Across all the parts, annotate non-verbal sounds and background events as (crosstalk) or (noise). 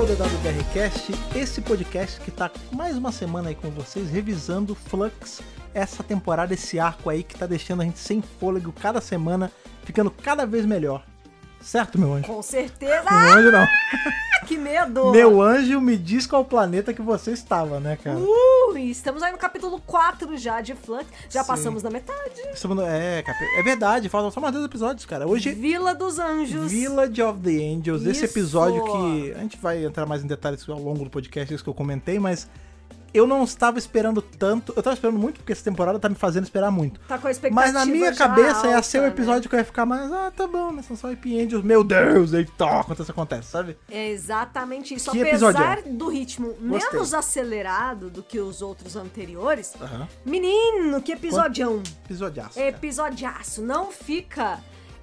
BWBRcast, esse podcast que tá mais uma semana aí com vocês, revisando Flux, essa temporada, esse arco aí que tá deixando a gente sem fôlego cada semana, ficando cada vez melhor. Certo, meu anjo? Com certeza. Meu anjo não. Ah, que medo. Meu anjo, me diz qual planeta que você estava, né, cara? Uh, estamos aí no capítulo 4 já de Flux. Já Sim. passamos da metade. Estamos no- É, cap- é verdade, faltam só mais dois episódios, cara. Hoje, Vila dos Anjos. Village of the Angels, esse Isso. episódio que a gente vai entrar mais em detalhes ao longo do podcast, isso que eu comentei, mas eu não estava esperando tanto. Eu estava esperando muito porque essa temporada tá me fazendo esperar muito. Tá com a Mas expectativa na minha já cabeça ia alta, né? ser o episódio que eu ia ficar mais, ah, tá bom, né? São só Happy Angels, meu Deus, eita, acontece, acontece, sabe? né? É exatamente isso. Que episódio é? Apesar do ritmo menos Gostei. acelerado do que os outros anteriores. Aham. Menino, que episodião. É, Episodiaço. cara. Episodiaço. Não fica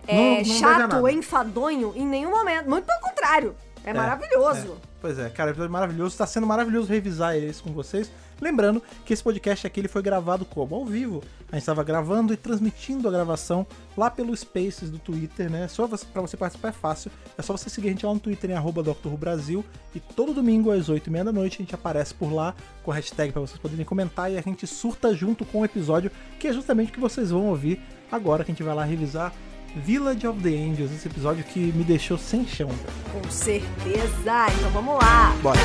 Não- é, não beija chato, nada. enfadonho em nenhum momento. Muito pelo contrário. É, maravilhoso. É. Pois é, cara, episódio maravilhoso. Tá sendo maravilhoso revisar eles com vocês. Lembrando que esse podcast aqui ele foi gravado como? Ao vivo. A gente tava gravando e transmitindo a gravação lá pelo Spaces do Twitter, né? Só você, pra você participar é fácil. É só você seguir a gente lá no Twitter em arroba Dr. Who Brasil. E todo domingo às 8h30 da noite a gente aparece por lá com a hashtag pra vocês poderem comentar e a gente surta junto com o episódio, que é justamente o que vocês vão ouvir agora que a gente vai lá revisar Village of the Angels, esse episódio que me deixou sem chão. Com certeza. Então vamos lá. Bora!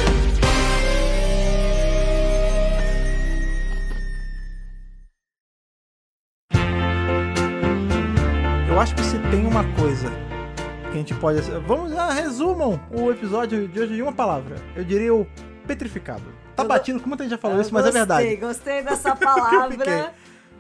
Eu acho que se tem uma coisa que a gente pode. Vamos lá, resumam o episódio de hoje em uma palavra. Eu diria o petrificado. Tá Eu batido, como muita gente já falou Eu isso, mas é verdade. Gostei, gostei (laughs) dessa Eu fiquei. palavra.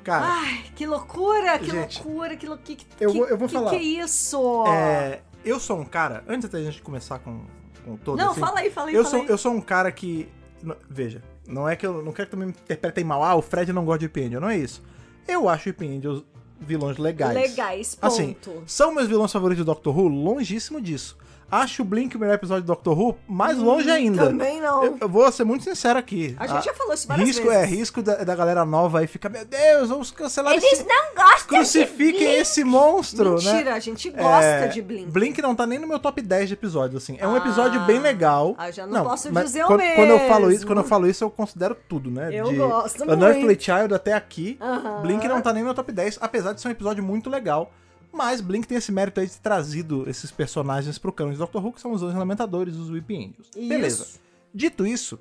Cara, Ai, que loucura, que Gente, loucura, que loucura. Que, eu que- vou- eu vou que, falar. Que isso? é, eu sou um cara. Antes da gente começar com, com todo Não, assim, fala aí, fala aí. eu fala sou, aí. eu sou um cara que. n- Veja, não é que eu não quero que também me interpretem mal. Ah, o Fred não gosta de Happy Angel. Não é isso. Eu acho Happy Angels vilões legais. Legais, ponto. Assim, são meus vilões favoritos do Doctor Who? Longíssimo disso. Acho o Blink o melhor episódio do Doctor Who? Mais longe ainda. Hum, Também não. Eu, eu vou ser muito sincero aqui. Ah, A gente já falou isso várias Risco, vezes. é, risco da, da galera nova aí ficar, meu Deus, vamos cancelar Eles esse... não gostam de Crucifiquem Blink. esse monstro, né? Mentira, a gente gosta É, de Blink. Blink não tá nem no meu top 10 de episódios, assim. É um Ah. episódio bem legal. Ah, eu já não posso mas dizer o quando, Quando eu falo isso, mesmo. quando eu falo isso, eu considero tudo, né? Eu de gosto Unearthly muito. Child até aqui. Aham. Blink não tá nem no meu top 10, apesar de ser um episódio muito legal. Mas Blink tem esse mérito aí de ter trazido esses personagens pro cano de Doctor Who, que são os Anjos Lamentadores, os Weep Angels. Isso. Beleza. Dito isso,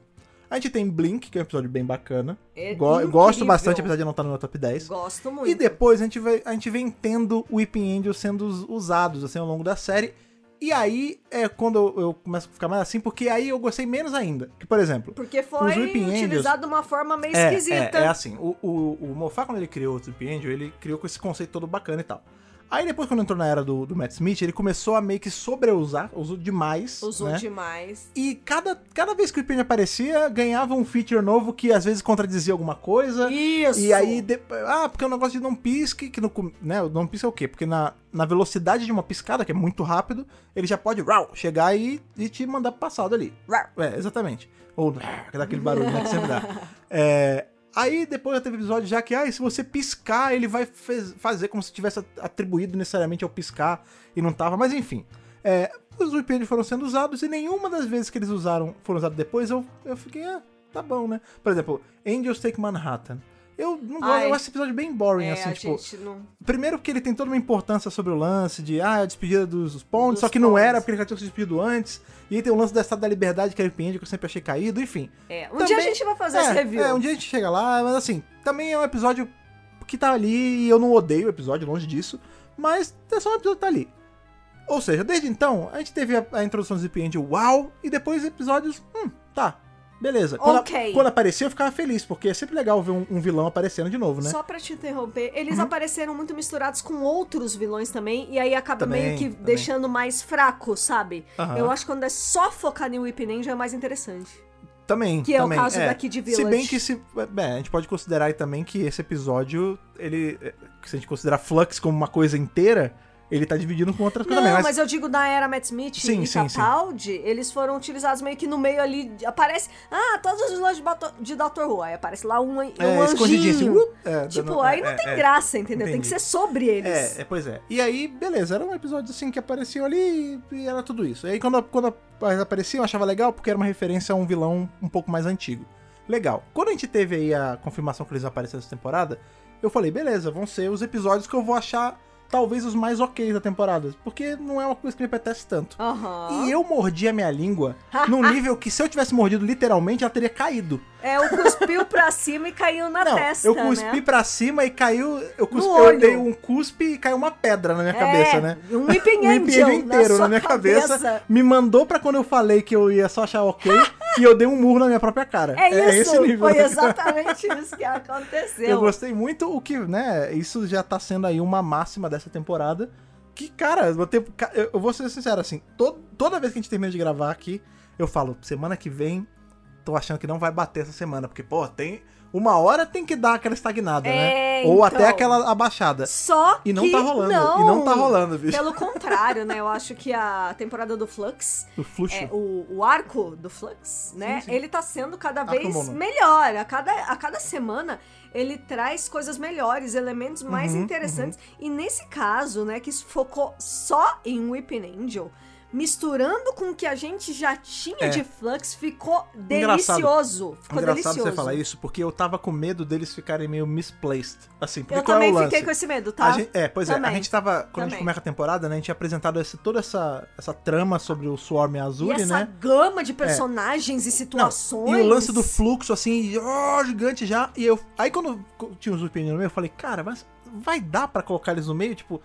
a gente tem Blink, que é um episódio bem bacana. É Go- eu incrível. gosto bastante, apesar de não estar no meu top 10. Gosto muito. E depois a gente, vai, a gente vem tendo o Weeping Angels sendo us- usados assim, ao longo da série. E aí é quando eu, eu começo a ficar mais assim, porque aí eu gostei menos ainda. Que, por exemplo, Porque Os foi Weeping Angels- utilizado de uma forma meio é, esquisita. É, é assim, o, o, o Moffat, quando ele criou o Trip Angel, ele criou com esse conceito todo bacana e tal. Aí depois, quando entrou na era do, do Matt Smith, ele começou a meio que sobreusar, usou demais. Usou né? demais. E cada, cada vez que o Weeping Angel aparecia, ganhava um feature novo que às vezes contradizia alguma coisa. Isso. E aí, de- ah, porque o negócio de não pisque, que no, com- né, o não pisca é o quê? Porque na, na velocidade de uma piscada, que é muito rápido, ele já pode rau, chegar e, e te mandar pro passado ali. Rau. É, exatamente. Ou rau, que dá aquele barulho né, que sempre dá. É, aí depois já teve episódio já que, ah, e se você piscar, ele vai fez- fazer como se tivesse atribuído necessariamente ao piscar e não tava, mas enfim. É, os VPN foram sendo usados e nenhuma das vezes que eles usaram foram usados depois, eu, eu fiquei, ah, tá bom, né? Por exemplo, Angels Take Manhattan. Eu não gosto, Ai. eu acho esse episódio bem boring, É, assim, a tipo. gente não... Primeiro que ele tem toda uma importância sobre o lance de, ah, a despedida dos, dos pontos, Dos só que não era, Pontes. porque ele já tinha se despedido antes. E aí tem o lance da Estado da Liberdade, que é o Angel, que eu sempre achei caído, enfim. É, um Também- dia a gente vai fazer é, esse review. É, um dia a gente chega lá, mas assim, também é um episódio que tá ali e eu não odeio o episódio, longe disso, mas é só um episódio que tá ali. Ou seja, desde então, a gente teve a, a introdução do Zip Angel, uau, e depois episódios, hum, tá, beleza. Quando, a- Ok. quando aparecia, eu ficava feliz, porque é sempre legal ver um, um vilão aparecendo de novo, né? Uhum. Só pra te interromper, eles apareceram muito misturados com outros vilões também, e aí acaba Também, meio que também. deixando mais fraco, sabe? Aham. Eu acho que quando é só focar em Whip Ninja é mais interessante. Também, Que é o também, caso daqui de Se Village. bem que se, bem, a gente pode é, considerar aí também que esse episódio, ele, se a gente considerar Flux como uma coisa inteira, Ele tá dividindo com outras Não, coisas também. Mas, mas... eu digo na era Matt Smith Sim, e sim, sim. Capaldi, eles foram utilizados meio que no meio ali. de- Aparece. Ah, todos os vilões de, Bato- de Dr. Who. Aí aparece lá um, an- um é, escondidinho assim. anjinho. uh, é, Tipo, dando- aí é, não tem é, graça, entendeu? Tem Entendi. que ser sobre eles. É, é, pois é. E aí, beleza, era um episódio assim que apareceu ali e- e era tudo isso. Aí quando, quando elas apareciam, eu achava legal porque era uma referência a um vilão um pouco mais antigo. Legal. Quando a gente teve aí a confirmação que eles apareceram essa temporada, eu falei, beleza, vão ser os episódios que eu vou achar talvez os mais ok da temporada. Porque não é uma coisa que me apetece tanto. Aham. E eu mordi a minha língua (laughs) num nível que se eu tivesse mordido literalmente, ela teria caído. É, o cuspiu pra cima e caiu na Não, testa. eu cuspi né? pra cima e caiu. Eu, cuspi, No olho. eu dei um cuspe e caiu uma pedra na minha cabeça, é, né? Um Weeping (laughs) Um Angel império na, inteiro na, sua minha cabeça, me mandou pra quando eu falei que eu ia só achar (laughs) ok e eu dei um murro na minha própria cara. É isso, esse nível. foi exatamente isso que aconteceu. (laughs) Eu gostei muito o que, né? Isso já tá sendo aí uma máxima dessa temporada. Que, cara, eu vou, ter- ca- eu- eu vou ser sincero, assim, to- toda vez que a gente termina de gravar aqui, eu falo, semana que vem, tô achando que não vai bater essa semana, porque, pô, tem. Uma hora tem que dar aquela estagnada, né? É, Ou então. até aquela abaixada. Só E não que tá rolando. E não tá rolando, bicho. Pelo contrário, né? Eu acho que a temporada do Flux, O fluxo. é, o, o arco do Flux, né? sim. Ele tá sendo cada Arco vez mono. melhor. A cada, a cada semana ele traz coisas melhores, elementos mais Uhum, interessantes. E nesse caso, né, que isso focou só em Weeping Angel, misturando com o que a gente já tinha É. de Flux, ficou Engraçado. delicioso. Ficou Engraçado delicioso. você falar isso, porque eu tava com medo deles ficarem meio misplaced. Assim, porque Eu qual é também o lance? fiquei com esse medo, A tá? gente- é, pois é, Também. a gente tava. Quando a Também. gente começa a temporada, né? A gente tinha apresentado esse- toda essa, essa trama sobre o Swarm Azul, e essa né? gama de personagens e Não, situações. e o lance do fluxo, assim, ó, gigante já. E eu. Aí quando tinha os Zupin no meio, eu falei, cara, mas vai dar pra colocar eles no meio? Tipo,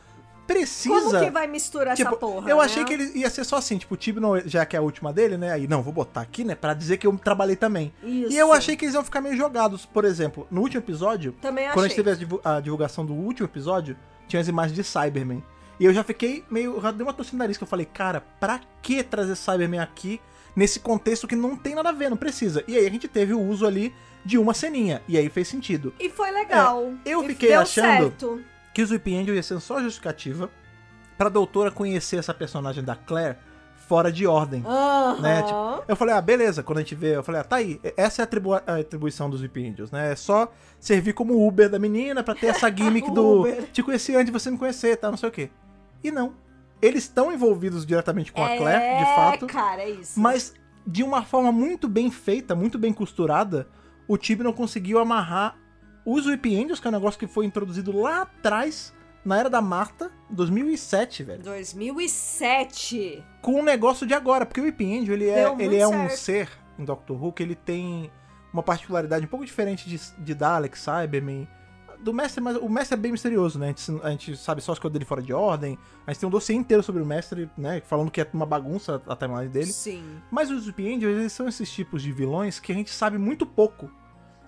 precisa. Como que vai misturar Tipo, essa porra? eu né? achei que ele ia ser só assim, tipo, o Tibnon, já que é a última dele, né? Aí, não, vou botar aqui, né? Pra dizer que eu trabalhei também. Isso. E eu achei que eles iam ficar meio jogados. Por exemplo, no último episódio, Também achei. quando a gente teve a divu- a divulgação do último episódio, tinha as imagens de Cyberman. E eu já fiquei meio. Já dei uma torcida no nariz que eu falei, cara, pra que trazer Cyberman aqui nesse contexto que não tem nada a ver, não precisa? E aí a gente teve o uso ali de uma ceninha. E aí fez sentido. E foi legal. eu E É. fiquei deu achando- Certo. Que o Sweep Angel ia ser só justificativa pra doutora conhecer essa personagem da Claire fora de ordem. Aham. né, Eu falei, ah, beleza, quando a gente vê, eu falei, ah, tá aí, essa é a, atribu- a atribuição dos Weep Angels, né? É só servir como Uber da menina pra ter (laughs) essa gimmick do Uber. te conheci antes de você me conhecer, tá, não sei o quê. E não. Eles estão envolvidos diretamente com a Claire, de fato, É, cara, é isso. mas de uma forma muito bem feita, muito bem costurada, o time não conseguiu amarrar os Weep Angels, que é um negócio que foi introduzido lá atrás, na era da Marta, 2007, velho 2007. com o negócio de agora, porque o Weeping Angel, ele é, Deu muito ele é um certo. ser em Doctor Who que ele tem uma particularidade um pouco diferente de, de Dalek, Cyberman, do Mestre, mas o Mestre é bem misterioso, né? A gente, se- a gente sabe só as coisas dele fora de ordem, a gente tem um dossiê inteiro sobre o Mestre, né? Falando que é uma bagunça a timeline dele. Sim. Mas os Weeping Angels, eles são esses tipos de vilões que a gente sabe muito pouco.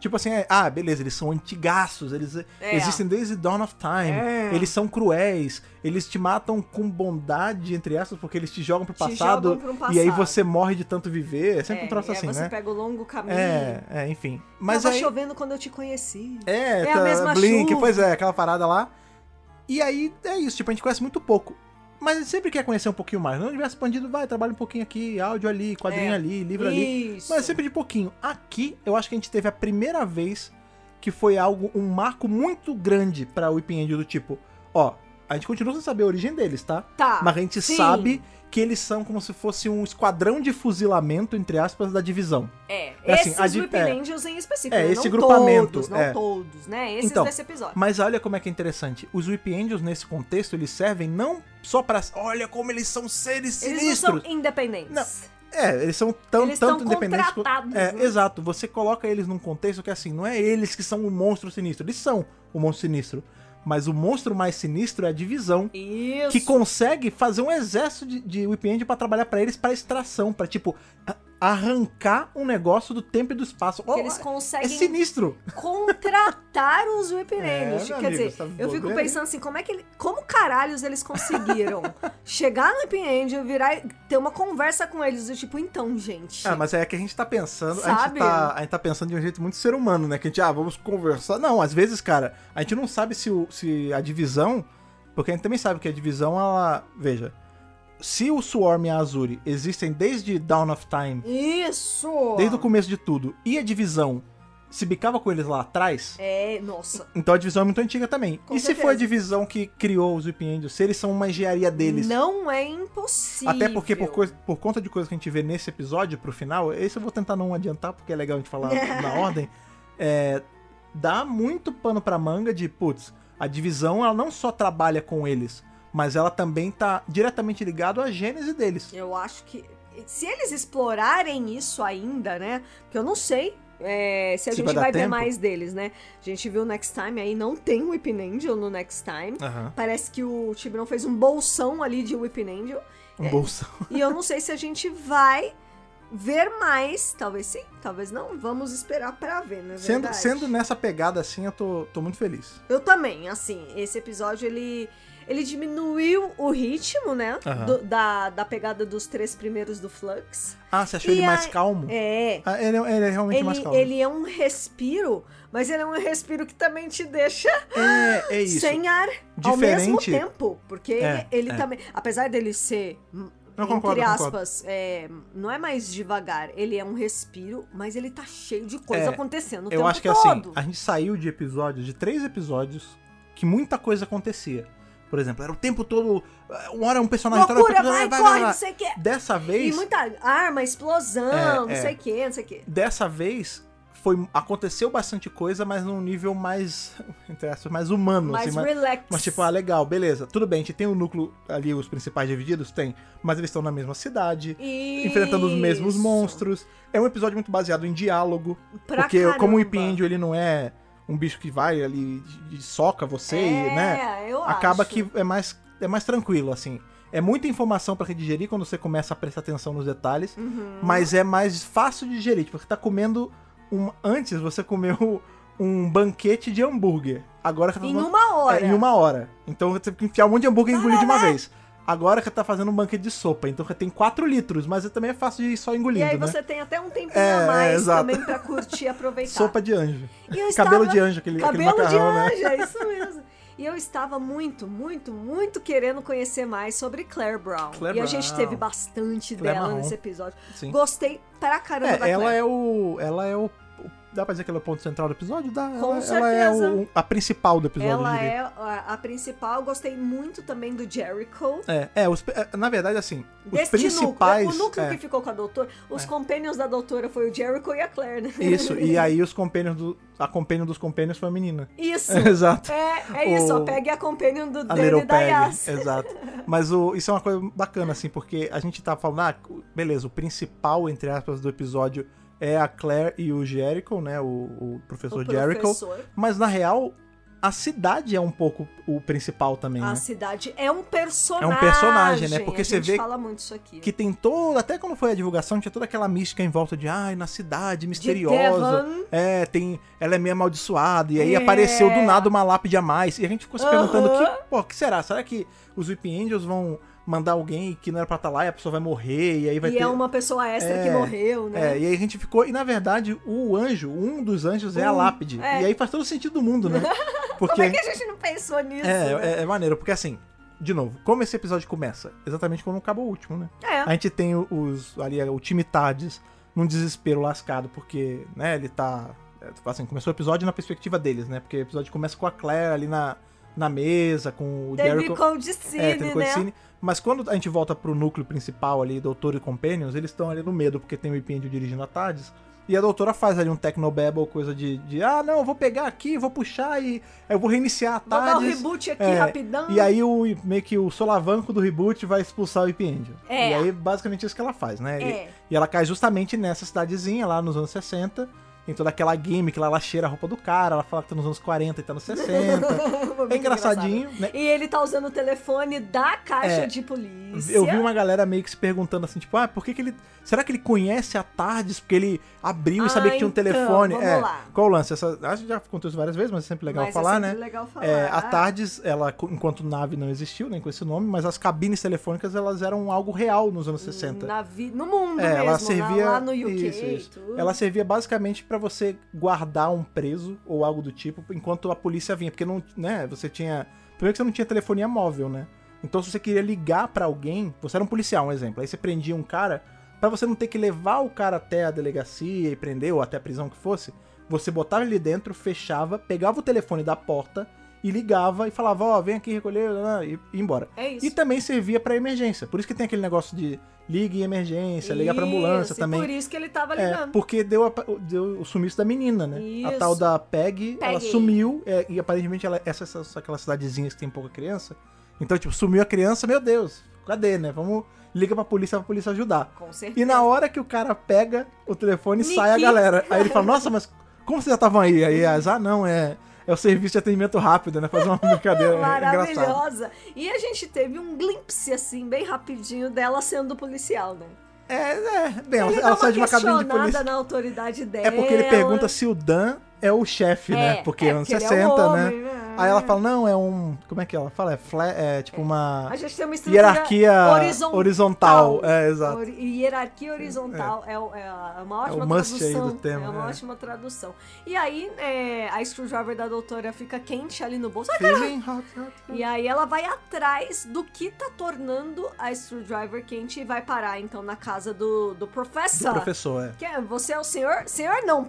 Tipo assim, é, ah, beleza, eles são antigaços, eles É. existem desde Dawn of Time, É. eles são cruéis, eles te matam com bondade, entre aspas, porque eles te jogam pro Te passado, jogam pra um passado. e aí você morre de tanto viver, é sempre um troço e aí assim, você né? pega o longo caminho. É, é, enfim. Mas Tava aí, chovendo quando eu te conheci. é, É a tá, mesma Blink, chuva. pois é, aquela parada lá. E aí é isso, tipo, a gente conhece muito pouco. Mas a gente sempre quer conhecer um pouquinho mais. No universo expandido, vai, trabalha um pouquinho aqui, áudio ali, quadrinho É. ali, livro ali. Isso. Mas sempre de pouquinho. Aqui, eu acho que a gente teve a primeira vez que foi algo, um marco muito grande pra Weeping Angel do tipo, ó, a gente continua sem saber a origem deles, tá? Tá. Mas a gente sim. sabe que eles são como se fosse um esquadrão de fuzilamento, entre aspas, da divisão. É, É assim, esses a de- Weeping é. Angels em específico. É, né? esse não grupamento, Todos, não é. todos, né? Esses Então, desse episódio. Mas olha como é que é interessante. Os Weep Angels, nesse contexto, eles servem não só pra. Olha como eles são seres Eles não sinistros. são independentes. É, eles são tão, Eles tanto tão independentes. co- contratados, é, né? Exato, você coloca eles num contexto que assim, não é eles que são o monstro sinistro, eles são o monstro sinistro. Mas o monstro mais sinistro é a divisão Isso. que consegue fazer um exército de, de Whip End pra trabalhar pra eles pra extração, pra tipo a- arrancar um negócio do tempo e do espaço. que Oh, eles é conseguem sinistro. contratar os Whipperanges. É, meu Quer amigo, dizer, você tá eu fico bobeira, pensando assim, como é que ele, como caralhos (laughs) eles conseguiram chegar no Whipping Angel, virar e ter uma conversa com eles do tipo, então, gente. Ah, mas é que a gente tá pensando, a gente Sabe? tá, a gente tá pensando de um jeito muito ser humano, né? Que a gente, ah, vamos conversar. Não, às vezes, cara, a gente não sabe se, o- se a divisão Porque a gente também sabe que a divisão, ela. Veja. Se o Swarm e a Azuri existem desde Dawn of Time, Isso! desde o começo de tudo, e a divisão se bicava com eles lá atrás, É, nossa. então a divisão é muito antiga também. Com e se certeza. foi a divisão que criou os Whip Angels, se eles são uma engenharia deles. Não é impossível. Até porque, por, coisa- por conta de coisas que a gente vê nesse episódio, pro final, esse eu vou tentar não adiantar, porque é legal a gente (laughs) falar na ordem. é, dá muito pano pra manga de, putz, a divisão ela não só trabalha com eles, mas ela também tá diretamente ligado à gênese deles. Eu acho que. Se eles explorarem isso ainda, né? Porque eu não sei é, se a Se gente vai dar vai, ver tempo. mais deles, né? A gente viu o Next Time aí, não tem Whipping Angel no Next Time. Aham. Parece que o Tiburão fez um bolsão ali de Whipping Angel. Um bolsão. E eu não sei se a gente vai ver mais. Talvez sim, talvez não. Vamos esperar pra ver, não é Sendo, verdade? sendo nessa pegada assim, eu tô, tô muito feliz. Eu também, assim, esse episódio ele, ele diminuiu o ritmo, né? Aham. do- da, da pegada dos três primeiros do Flux. Ah, você achou E ele a- mais calmo? É. Ah, ele, é- ele é realmente mais Ele, calmo. ele é um respiro, mas ele é um respiro que também te deixa É, é isso. sem ar ao mesmo Diferente. tempo. Porque É, ele, ele é. também. Apesar dele ser. hum, Não, entre concordo, concordo. aspas, é, não é mais devagar, ele é um respiro, mas ele tá cheio de coisa É, acontecendo o Eu tempo acho que todo. assim, a gente saiu de episódios, de três episódios, que muita coisa acontecia. Por exemplo, era o tempo todo. eh, Uma hora é um personagem, outra Loucura, hora é vai, outro personagem, corre, não sei o que. Dessa E vez. muita arma, explosão, É, não é. sei o que, não sei o que. Dessa vez foi, aconteceu bastante coisa, mas num nível mais. (laughs) Entre aspas, mais humano. Mas assim, mas, relax. mas tipo, ah, legal, beleza. Tudo bem, a gente tem o núcleo ali, os principais divididos? Tem. Mas eles estão na mesma cidade. Enfrentando os mesmos Isso. monstros. É um episódio muito baseado em diálogo. Pra porque como o caramba. Ipíndio ele não é um bicho que vai ali e e soca você, e, é, né? eu Acaba acho. que é mais, é mais tranquilo, assim. É muita informação pra digerir quando você começa a prestar atenção nos detalhes, Uhum. mas é mais fácil de digerir. Tipo, você tá comendo um. Antes você comeu um banquete de hambúrguer. Agora você tá Em comendo- uma hora. né? é, em uma hora. Então você tem que enfiar um monte de hambúrguer e engolir de uma vez. Agora que tá fazendo um banquete de sopa, então você tem 4 litros, mas também é fácil de ir só E engolindo, aí né? você tem até um tempinho É, a é, mais exato. também pra curtir e aproveitar. (laughs) Sopa de anjo. E eu Cabelo estava- de anjo, aquele, aquele Cabelo de macarrão, né? anjo, é (laughs) isso mesmo. E eu estava muito, muito, muito querendo conhecer mais sobre Claire Brown. Claire e a Brown. gente teve bastante Claire dela Marrom. nesse episódio. Sim. Gostei pra caramba da É, ela Claire. é o. Ela é o. o- Dá pra dizer que ela é o ponto central do episódio? Dá. Com ela, ela é certeza. o- a principal do episódio, eu Ela diria. é a, a principal. Gostei muito também do Jericho. É, é, os- é, na verdade, assim, os Deste principais. núcleo. O núcleo é, que ficou com a doutora. Os companions da doutora foi o Jericho e a Claire, né? é, Isso, e aí os compênios do. A companion dos compênios foi a menina. (laughs) (laughs) Isso. Exato. É, é isso, O- ó, pegue a companion do A dele Little e da Peg, Yas. exato. Mas o- isso é uma coisa bacana, assim, porque a gente tá falando, ah, beleza, o principal, entre aspas, do episódio é a Claire e o Jericho, né? O, o professor O Jericho. professor. Mas na real, a cidade é um pouco o principal também, A né? cidade é um personagem. personagem, né? Porque a você gente vê fala muito isso aqui. Que tem toda, até quando foi a divulgação, tinha toda aquela mística em volta de, ai, na cidade, misteriosa. Devon. É, tem. Ela é meio amaldiçoada. E aí É. apareceu do nada uma lápide a mais. E a gente ficou se perguntando: Aham. que, pô, o que será? Será que os Whip Angels vão mandar alguém que não era pra estar lá e a pessoa vai morrer? E aí vai e ter. é uma pessoa extra É, que morreu, né? É, e aí a gente ficou. E na verdade, o anjo, um dos anjos é a Um, lápide. é. E aí faz todo sentido do (laughs) mundo, né? Porque Como é que a gente não pensou nisso? né? É, é, é maneiro, porque assim, de novo, como esse episódio começa? Exatamente como acabou o último, né? É. A gente tem o- os ali o time Tades num desespero lascado, porque, né, ele tá. é, tipo Assim, começou o episódio na perspectiva deles, né? Porque o episódio começa com a Claire ali na, na mesa, com o Teve Jericho. Coldicine, É, teve né? cutscene. Mas quando a gente volta pro núcleo principal ali, Doutor e Companions, eles estão ali no medo, porque tem o Ipendio dirigindo a Tades. E a doutora faz ali um Tecnobabble, coisa de, de, ah, não, eu vou pegar aqui, vou puxar e eu vou reiniciar a Vou dar um Tades. reboot aqui é, rapidão. E aí o, meio que o solavanco do reboot vai expulsar o Ip Angel. É. E aí basicamente isso que ela faz, né? E, É. (laughs) e ela cai justamente nessa cidadezinha lá nos anos 60. Tem toda aquela gimmick lá, ela cheira a roupa do cara, ela fala que tá nos anos 40 e tá (laughs) nos 60. Foi muito é engraçadinho, né? engraçado. E ele tá usando o telefone da caixa É. de polícia. Eu vi um uma galera meio que se perguntando assim, tipo, ah, por que, que ele. Será que ele conhece a Tardes? Porque ele abriu e Ah, sabia que tinha um então, telefone. vamos é, lá. qual o lance? Essa, acho que já contei isso várias vezes, mas é sempre legal Mas é falar, sempre né? legal falar. É, a Tardes, ela, co- enquanto nave não existiu, nem com esse nome, mas as cabines telefônicas elas eram algo real nos anos 60. Na vi- No mundo É, mesmo, ela na- servia. lá no UK isso, e isso. tudo. Ela servia basicamente pra você guardar um preso ou algo do tipo enquanto a polícia vinha. Porque não, né, você tinha. Primeiro que você não tinha telefonia móvel, né? Então se você queria ligar pra alguém, você era um policial, um exemplo. Aí você prendia um cara, pra você não ter que levar o cara até a delegacia e prender ou até a prisão que fosse, você botava ele dentro, fechava, pegava o telefone da porta e ligava e falava, ó, vem aqui recolher lá, lá", e e ia embora. É isso. E também servia pra emergência. Por isso que tem aquele negócio de ligue em emergência, é ligar pra ambulância Isso, e também. Por isso que ele tava É, ligando. porque deu, a- deu o sumiço da menina, né? A Isso. tal da Peg, ela Peggy. sumiu, é, e aparentemente ela, essa, essa aquela cidadezinha que tem pouca criança. Então, tipo, sumiu a criança, meu Deus, cadê, né? Vamos, liga pra polícia, pra polícia ajudar. Com certeza. E na hora que o cara pega o telefone, Niki. sai a galera. Aí ele fala, nossa, mas como vocês já estavam aí? Aí as, ah, não, é, é o serviço de atendimento rápido, né? Fazer uma brincadeira, é engraçado. Maravilhosa. E a gente teve um glimpse, assim, bem rapidinho dela sendo policial, né? É, é, bem, ela, Ele ela dá sai uma de uma cabine de polícia. questionada na autoridade dela. É porque ele pergunta se o Dan é o chefe, né? um É, Porque é, anos porque ele é 60, um né? homem, né? Aí ela fala, não, é um. Como é que ela fala? É, fla- é tipo uma. A gente tem uma estrutura Hierarquia horizontal. horizontal. É, exato. Hori- Hierarquia horizontal é, o- é a- é uma ótima must aí tradução. do tema, é uma é. ótima tradução. E aí é, a screwdriver da doutora fica quente ali no bolso. Ai, Feeling hot, hot, hot. E aí ela vai atrás do que tá tornando a screwdriver quente e vai parar então na casa do, do Do professor. professor, é. Que é- você é o senhor? Senhor não,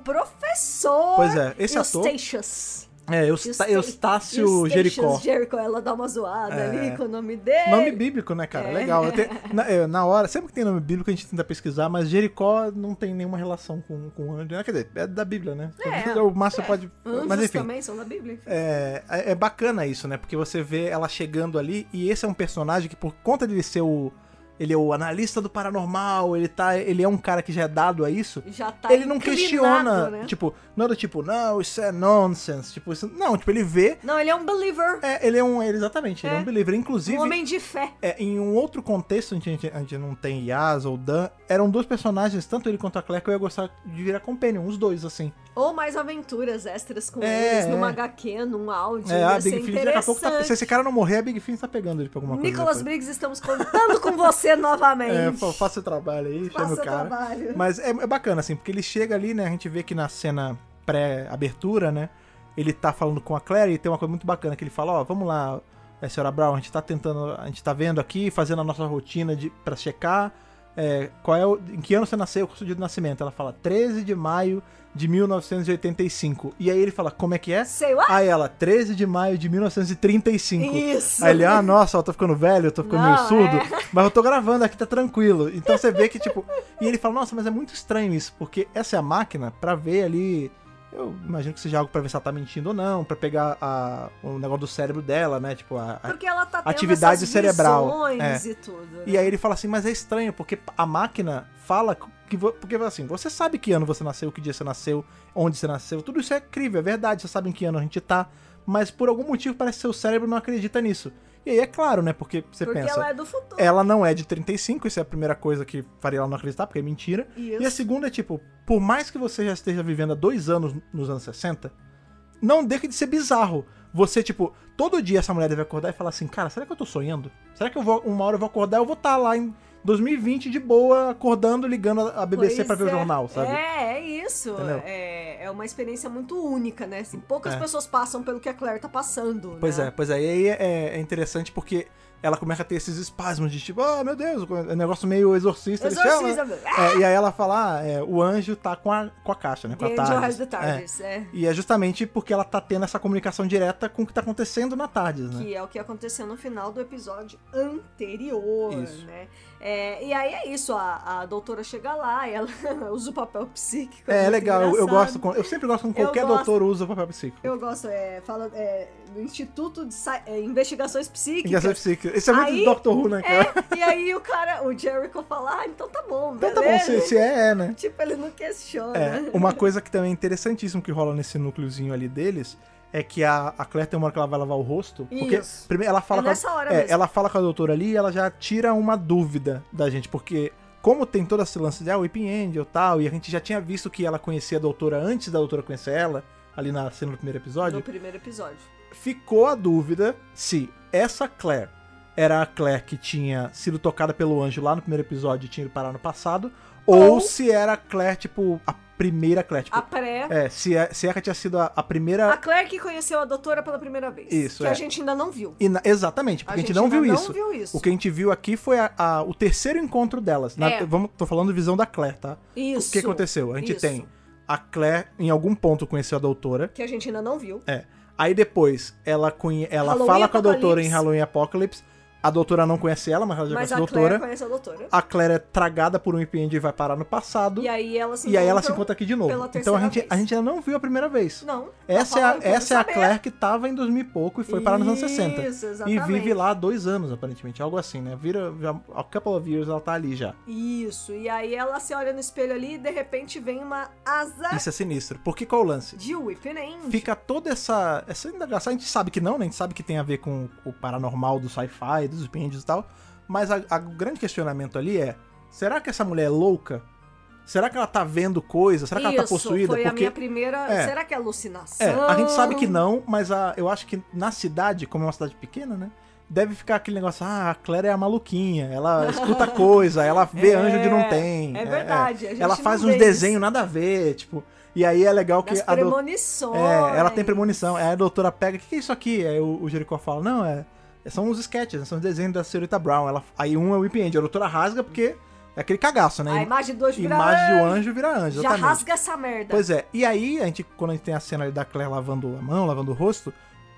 professor. Pois é, esse ator- Eustachius. É, Eusta- Eusta- Eustácio Eustachius Jericó. Jericó, ela dá uma zoada É. ali com o nome dele. Nome bíblico, né, cara? É. Legal. Eu te- na, eu- na hora, sempre que tem nome bíblico a gente tenta pesquisar, mas Jericó não tem nenhuma relação com, com o anjo. Quer dizer, é da Bíblia, né? É, o Márcio pode. Anjos mas enfim. também são da Bíblia. É, é é bacana isso, né? Porque você vê ela chegando ali e esse é um personagem que por conta dele ser o ele é o analista do paranormal, ele tá, ele é um cara que já é dado a isso. Já tá ele não inclinado, questiona, né? tipo, não é do tipo, não, isso é nonsense, tipo, isso, não, tipo, ele vê, Não, ele é um believer, é, ele é um, ele- exatamente, ele é um É. believer, inclusive, um homem de fé. é, em um outro contexto, onde a gente, a gente não tem Yas ou Dan, eram dois personagens, tanto ele quanto a Claire, que eu ia gostar de virar companion, os dois, assim. Ou mais aventuras extras com É, eles, numa é. HQ, num áudio. É, ia a ser Big Finish daqui a pouco tá, interessante. se esse cara não morrer, a Big Finish tá pegando ele pra alguma coisa. Nicholas depois. Briggs, estamos contando (laughs) com você (laughs) novamente. É, fa- faça o trabalho aí, chama Faça o cara. trabalho. Mas é, é bacana, assim, porque ele chega ali, né? A gente vê que na cena pré-abertura, né? Ele tá falando com a Claire e tem uma coisa muito bacana que ele fala, ó, vamos lá, é, senhora Brown, a gente tá tentando, a gente tá vendo aqui, fazendo a nossa rotina de, pra checar é, qual é o, em que ano você nasceu, o seu dia de nascimento. Ela fala 13 de maio de 1985. E aí ele fala, como é que é? Sei lá. Aí ela, 13 de maio de 1935. Isso. Aí ele, ah, nossa, eu tô ficando velho, eu tô ficando meio Não, surdo, é. (laughs) mas eu tô gravando aqui, tá tranquilo. Então você vê que, tipo. E ele fala, nossa, mas é muito estranho isso, porque essa é a máquina pra ver ali. Eu imagino que seja algo pra ver se ela tá mentindo ou não, pra pegar a- o negócio do cérebro dela, né? Tipo, a. a- Porque ela tá tendo Atividade essas cerebral, É. visões e tudo. né? E aí ele fala assim, mas é estranho, porque a máquina fala que. vo- Porque assim, você sabe que ano você nasceu, que dia você nasceu, onde você nasceu, tudo isso é incrível, é verdade, você sabe em que ano a gente tá. Mas por algum motivo parece que seu cérebro não acredita nisso. E aí é claro, né? Porque você Porque pensa. ela é do futuro. Ela não é de 35, isso é a primeira coisa que faria ela não acreditar, porque é mentira. Isso. E a segunda é tipo, por mais que você já esteja vivendo há dois anos nos anos 60, não deixa de ser bizarro. Você, tipo, todo dia essa mulher deve acordar e falar assim, cara, será que eu tô sonhando? Será que eu vou, uma hora eu vou acordar e eu vou estar lá em 2020 de boa, acordando, ligando a a BBC pra Pois ver o é. jornal, sabe? É, é isso. Entendeu? É, é uma experiência muito única, né? Assim, poucas É. pessoas passam pelo que a Claire tá passando. Pois né? é, pois é. E aí é, é interessante porque ela começa a ter esses espasmos de tipo, ah, meu Deus, é um negócio meio exorcista, eles chamam, né? Exorcismo. É, e aí ela fala, ah, é, o anjo tá com a, com a caixa, né? Com The a Angel TARDIS. Has the TARDIS, é. É. E é justamente porque ela tá tendo essa comunicação direta com o que tá acontecendo na TARDIS, né? Que é o que aconteceu no final do episódio anterior, Isso. né? É, e aí é isso, a, a doutora chega lá, ela (laughs) usa o papel psíquico. É, é muito legal, eu, eu engraçado. gosto, quando- eu sempre gosto quando Eu qualquer gosto. doutor usa o papel psíquico. Eu gosto, é, fala é, do Instituto de Sa- é, Investigações Psíquicas. Engraçado psíquico. Isso é muito Aí- Doctor Who, né, cara? É, e aí o cara, o Jericho fala, ah, então tá bom, então beleza. tá bom, se, se é, é, né? (laughs) Tipo, ele não questiona. É, uma coisa que também é interessantíssima que rola nesse núcleozinho ali deles é que a, a Claire tem uma hora que ela vai lavar o rosto. Porque Isso. primeiro ela fala É com a- nessa hora É, mesmo. ela fala com a doutora ali e ela já tira uma dúvida da gente, porque como tem todo esse lance de ah, o Whipping Angel e tal, e a gente já tinha visto que ela conhecia a doutora antes da doutora conhecer ela, ali na cena do primeiro episódio, No primeiro episódio. ficou a dúvida se essa Claire era a Claire que tinha sido tocada pelo anjo lá no primeiro episódio e tinha ido parar no passado, ou, Ou- se era a Claire, tipo, a primeira Claire. Tipo, A pré. É, se, é, se ela tinha sido a, a primeira. A Claire que conheceu a doutora pela primeira vez. É, Isso, Que é. a gente ainda não viu. E na- exatamente, porque a gente, não, ainda viu, não isso. viu isso. O que a gente viu aqui foi a- a- o terceiro encontro delas. Na- É. vamos, tô falando visão da Claire, tá? Isso. O que aconteceu? A gente Isso. tem a Claire, em algum ponto, conheceu a doutora. Que a gente ainda não viu. É. Aí depois, ela, conhe- ela Halloween fala com a doutora Apocalypse. em Halloween Apocalypse. A doutora não conhece ela, mas ela já Mas conhece a É, a Claire doutora. conhece a doutora. A Claire é tragada por um IPND e vai parar no passado. E aí ela se E aí ela se encontram encontra aqui de novo. pela Então terceira a gente, vez. a gente ainda não viu a primeira vez. Não. Essa é ela a, fala, eu quero essa é a saber. Claire que tava em 2000 e pouco e foi parar nos anos 60. Isso, E exatamente. vive lá há dois anos, aparentemente. Algo assim, né? Vira já, a couple of years, ela tá ali já. Isso. E aí ela se olha no espelho ali e de repente vem uma asa Isso é sinistro. Porque qual é o lance? de Whipping Fica toda essa, essa indagação. A gente sabe que não, né? A gente sabe que tem a ver com o paranormal do sci-fi, dos pendes e tal. Mas a- a- o grande questionamento ali é: será que essa mulher é louca? Será que ela tá vendo coisa? Será que ela tá possuída? Foi a Porque minha primeira. É. Será que é alucinação? É, a gente sabe que não, mas a- eu acho que na cidade, como é uma cidade pequena, né? Deve ficar aquele negócio, ah, a Claire é a maluquinha, (laughs) ela escuta coisa, ela vê É, anjo onde não tem. é verdade, a gente ela não faz vê uns isso. desenhos nada a ver, tipo. E aí é legal que Das a doutora. premonições. É, ela tem premonição. Aí a doutora pega, o que, que é isso aqui? Aí o, o Jericó fala, não, é. São uns sketches, né, são os desenhos da senhorita Brown. Ela, aí um é o Whip End, a doutora rasga porque é aquele cagaço, né? A imagem do anjo vira Imagem do anjo. anjo vira anjo, Já exatamente. rasga essa merda. Pois é, e aí, a gente, quando a gente tem a cena ali da Claire lavando a mão, lavando o rosto,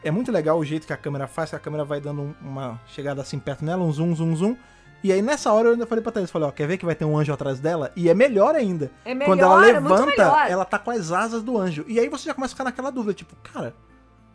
é muito legal o jeito que a câmera faz, que a câmera vai dando um- uma chegada assim perto nela, um zoom, zoom, zoom. E aí nessa hora eu ainda falei pra Thaís, falei, ó, quer ver que vai ter um anjo atrás dela? E é melhor ainda. É melhor, Quando ela é muito levanta, melhor. ela tá com as asas do anjo. E aí você já começa a ficar naquela dúvida, tipo, cara,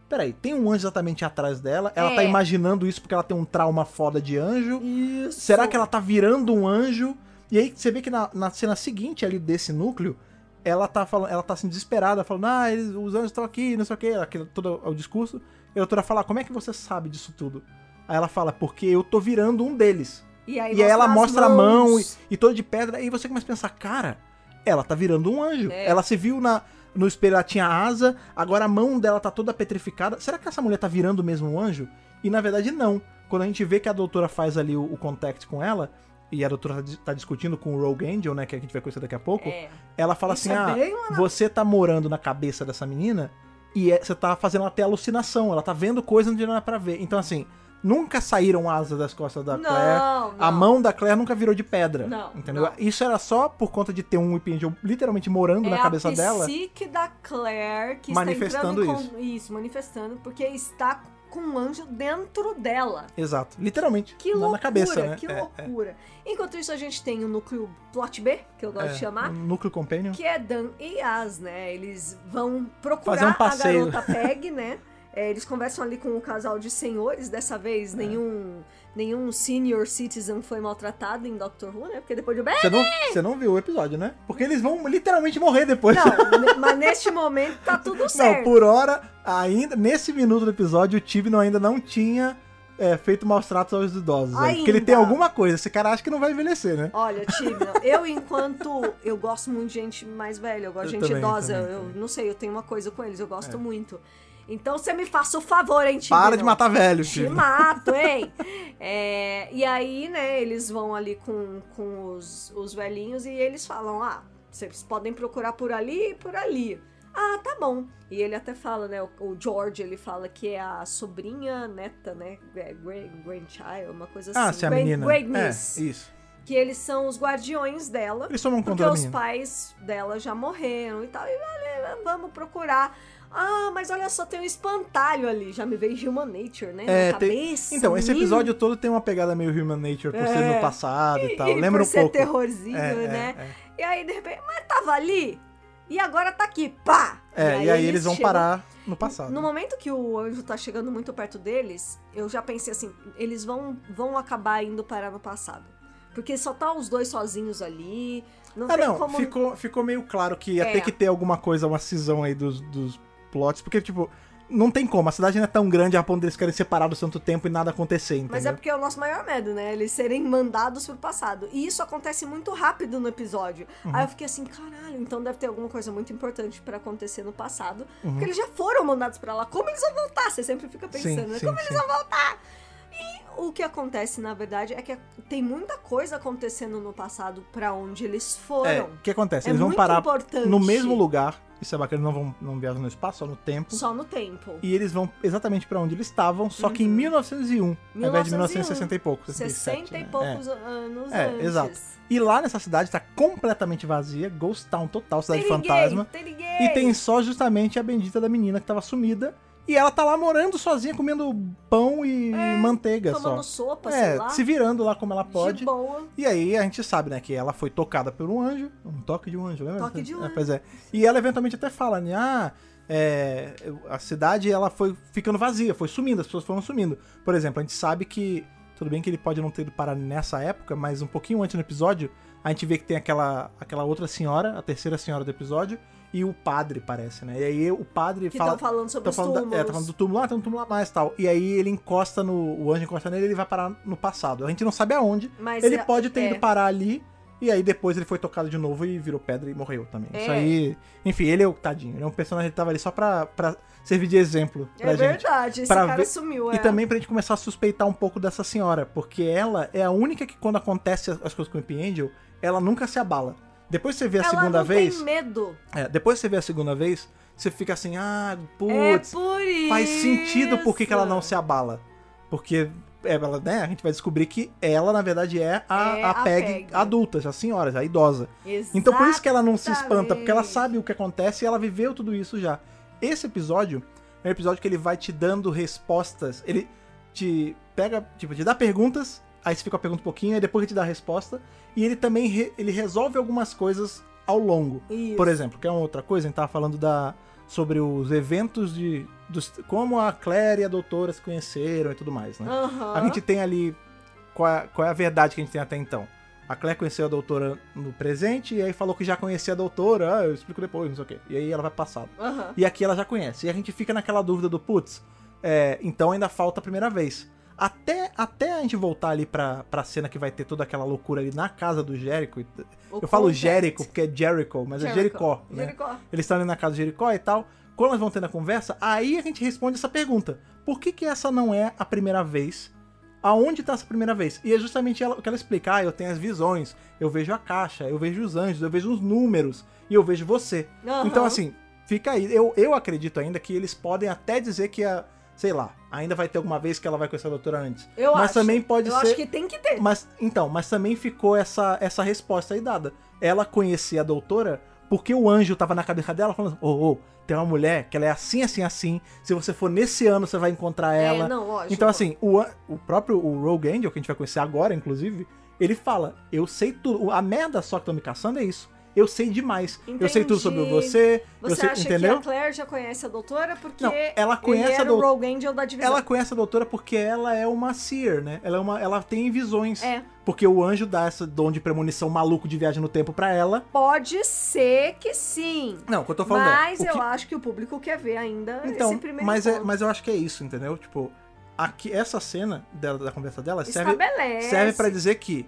peraí, tem um anjo exatamente atrás dela? Ela É. tá imaginando isso porque ela tem um trauma foda de anjo? Isso. Será que ela tá virando um anjo? E aí você vê que na, na cena seguinte ali desse núcleo, ela tá falando, ela tá assim desesperada, falando, ah, eles, os anjos estão aqui, não sei o que, aquele, todo é o discurso. E a doutora fala, como é que você sabe disso tudo? Aí ela fala, porque eu tô virando um deles. E aí, e aí ela mostra a É as mão e, mãos. e toda de pedra. E você começa a pensar, cara, ela tá virando um anjo. É. Ela se viu na, no espelho, ela tinha asa, agora a mão dela tá toda petrificada. Será que essa mulher tá virando mesmo um anjo? E na verdade, não. Quando a gente vê que a doutora faz ali o, o contact com ela, e a doutora tá, dis- tá discutindo com o Rogue Angel, né, que a gente vai conhecer daqui a pouco, É. ela fala Isso assim, é ah, bem uma- você tá morando na cabeça dessa menina e é- você tá fazendo ela ter alucinação, ela tá vendo coisa onde não é pra ver. Então, assim, nunca saíram asas das costas da Claire. Não, não. A mão da Claire nunca virou de pedra. Não, Entendeu? não. Isso era só por conta de ter um Whip Angel literalmente morando é na cabeça a dela. psique da Claire que Manifestando está entrando em con- isso, manifestando porque está com um anjo dentro dela. Exato. Literalmente. Que na- loucura, na cabeça, né? que É, é. loucura. Enquanto isso, a gente tem o núcleo plot B, que eu gosto É, de chamar, um Núcleo Companion. que é Dan e Yas, né? Eles vão procurar Fazer um passeio. a (laughs) garota Peg, né? É, eles conversam ali com o casal de senhores, dessa É. vez nenhum, nenhum senior citizen foi maltratado em Doctor Who, né? Porque depois (laughs) de... Você não, você não viu o episódio, né? Porque eles vão literalmente morrer depois. (laughs) Não, ne- mas neste momento tá tudo certo. Não, por hora, ainda, nesse minuto do episódio, o Tibno ainda não tinha é, feito maus tratos aos idosos. né? Porque ele Ainda. tem alguma coisa, esse cara acha que não vai envelhecer, né? Olha, Tigna, eu enquanto. Eu gosto muito de gente mais velha, eu gosto de Eu gente também, idosa. também, eu também. É. não sei, eu tenho uma coisa com eles, eu gosto muito. Então você me faça o favor, hein, Tigna? Para de matar velho, Te Tibno. (laughs) mato, hein? É, e aí, né, eles vão ali com, com os, os velhinhos e eles falam: ah, vocês podem procurar por ali e por ali. Ah, tá bom. E ele até fala, né? O, o George, ele fala que é a sobrinha neta, né? é, grand- Grandchild, uma coisa Ah, assim. se a Grand- menina. Great é, niece isso. que eles são os guardiões dela, Eles tomam porque conta da os menina. pais dela já morreram e tal. E olha, vamos procurar. Ah, mas olha só, tem um espantalho ali. Já me veio Human Nature, né? É, na tem- cabeça. Então, esse menino. (laughs) episódio todo tem uma pegada meio Human Nature, por ser É. no passado e, tal. E Lembra por um ser pouco. é, terrorzinho, né? E aí, de repente, mas tava ali e agora tá aqui. Pá! É, e aí eles vão chegam- parar no passado. No momento que o anjo tá chegando muito perto deles, eu já pensei assim, eles vão, vão acabar indo parar no passado. Porque só tá os dois sozinhos ali. Não ah, tem não, como. ficou, ficou meio claro que ia É. ter que ter alguma coisa, uma cisão aí dos, dos plots, porque, tipo, não tem como. A cidade não é tão grande a ponto deles querem separar do santo tempo e nada acontecer, entendeu? Mas é porque é o nosso maior medo, né? Eles serem mandados pro passado. E isso acontece muito rápido no episódio. Uhum. Aí eu fiquei assim, caralho, então deve ter alguma coisa muito importante pra acontecer no passado. Uhum. Porque eles já foram mandados pra lá. Como eles vão voltar? Você sempre fica pensando, né? Como eles vão voltar? E o é que acontece, na verdade, é que tem muita coisa acontecendo no passado pra onde eles É, foram. o que acontece? É Eles vão muito parar importante. no mesmo lugar. Isso é bacana, eles não vão não viajam no espaço, só no tempo. Só no tempo. E eles vão exatamente pra onde eles estavam, só que em Uhum. 1901, ao invés de 1960 e pouco. 67, 60 um, né? e É. poucos anos É, antes. exato. E lá nessa cidade tá completamente vazia, Ghost Town total, cidade Tem fantasma. ninguém, tem ninguém. E tem só justamente a bendita da menina que tava sumida. E ela tá lá morando sozinha, comendo pão e manteiga É, tomando só. sopa, é, sei lá. se virando lá como ela De pode. boa. E aí a gente sabe, né, que ela foi tocada por um anjo, um toque de um anjo, lembra? Toque de um É, Pois é. E ela eventualmente até fala, né, ah, é, a cidade ela foi ficando vazia, foi sumindo, as pessoas foram sumindo. Por exemplo, a gente sabe que, tudo bem que ele pode não ter ido parar nessa época, mas um pouquinho antes no episódio, a gente vê que tem aquela, aquela outra senhora, a terceira senhora do episódio, e o padre, parece, né? E aí o padre Que fala... estão falando sobre Tá os falando, túmulos. da, é, tá falando do túmulo lá, tem um túmulo lá mais e tal. E aí ele encosta no. O anjo encosta nele e ele vai parar no passado. A gente não sabe aonde. Mas ele é- pode ter é. ido parar ali. E aí depois ele foi tocado de novo e virou pedra e morreu também. Isso É. aí. Enfim, ele é o tadinho. Ele é um personagem que tava ali só pra, pra servir de exemplo pra É gente. verdade, esse pra cara ver- sumiu. E é. também pra gente começar a suspeitar um pouco dessa senhora, porque ela é a única que quando acontece as as coisas com o Imp Angel, ela nunca se abala. Depois que você vê a Ela segunda não vez. tem medo. É, depois que você vê a segunda vez, você fica assim, ah, putz. é por isso. faz sentido por que que ela não se abala. Porque é, ela, né, a gente vai descobrir que ela, na verdade, é a, É a a Peg, Peg. adulta, já senhora, já idosa. Exatamente. Então por isso que ela não se espanta, porque ela sabe o que acontece e ela viveu tudo isso já. Esse episódio é um episódio que ele vai te dando respostas. Ele te pega, tipo, te dá perguntas, aí você fica com a pergunta um pouquinho, aí depois ele te dá a resposta. E ele também re- ele resolve algumas coisas ao longo. Isso. Por exemplo, que é uma outra coisa, a gente tava falando da, sobre os eventos de. Dos, como a Claire e a doutora se conheceram e tudo mais, né? Aham. A gente tem ali. Qual é, qual é a verdade que a gente tem até então? A Claire conheceu a doutora no presente e aí falou que já conhecia a doutora, ah, eu explico depois, não sei o quê. E aí ela vai passado. Aham. E aqui ela já conhece. E a gente fica naquela dúvida do putz, é, então ainda falta a primeira vez. Até, até a gente voltar ali pra, pra cena que vai ter toda aquela loucura ali na casa do Jericho. e- O eu falo contact. Jericho porque é Jericho, mas é Jericó. Né? Jericó. Eles estão ali na casa de Jericó e tal. Quando elas vão tendo a conversa, aí a gente responde essa pergunta. Por que que essa não é a primeira vez? Aonde tá essa primeira vez? E é justamente ela- o que ela explica. Ah, eu tenho as visões, eu vejo a caixa, eu vejo os anjos, eu vejo os números e eu vejo você. Aham. Então, assim, fica aí. Eu, eu acredito ainda que eles podem até dizer que a... Sei lá, ainda vai ter alguma vez que ela vai conhecer a doutora antes. Eu Mas acho. também pode eu ser... acho que tem que ter. Mas então, mas também ficou essa, essa resposta aí dada. Ela conhecia a doutora porque o anjo tava na cabeça dela falando: "Ô, ô, tem uma mulher que ela é assim, assim, assim. Se você for nesse ano, você vai encontrar ela". É, não, lógico. então assim, o, an- o próprio o Rogue Angel que a gente vai conhecer agora, inclusive, ele fala: "Eu sei tudo. A merda só que estão me caçando é isso. Eu sei demais. Eu sei tudo sobre Entendi. você. eu Você sei, acha entendeu? que a Claire já conhece a doutora porque Não, ela conhece ele era a dou- o Rogue Angel da divisão. Ela conhece a doutora porque ela é uma seer, né? Ela, é uma, ela tem visões. É. Porque o anjo dá esse dom de premonição maluco de viagem no tempo pra ela. Pode ser que sim. Não, o que eu tô falando Mas é... o eu que- acho que o público quer ver ainda Então, esse primeiro mas, é, encontro. mas eu acho que é isso, entendeu? Tipo, aqui, essa cena dela, da conversa dela serve, Estabelece. serve para dizer que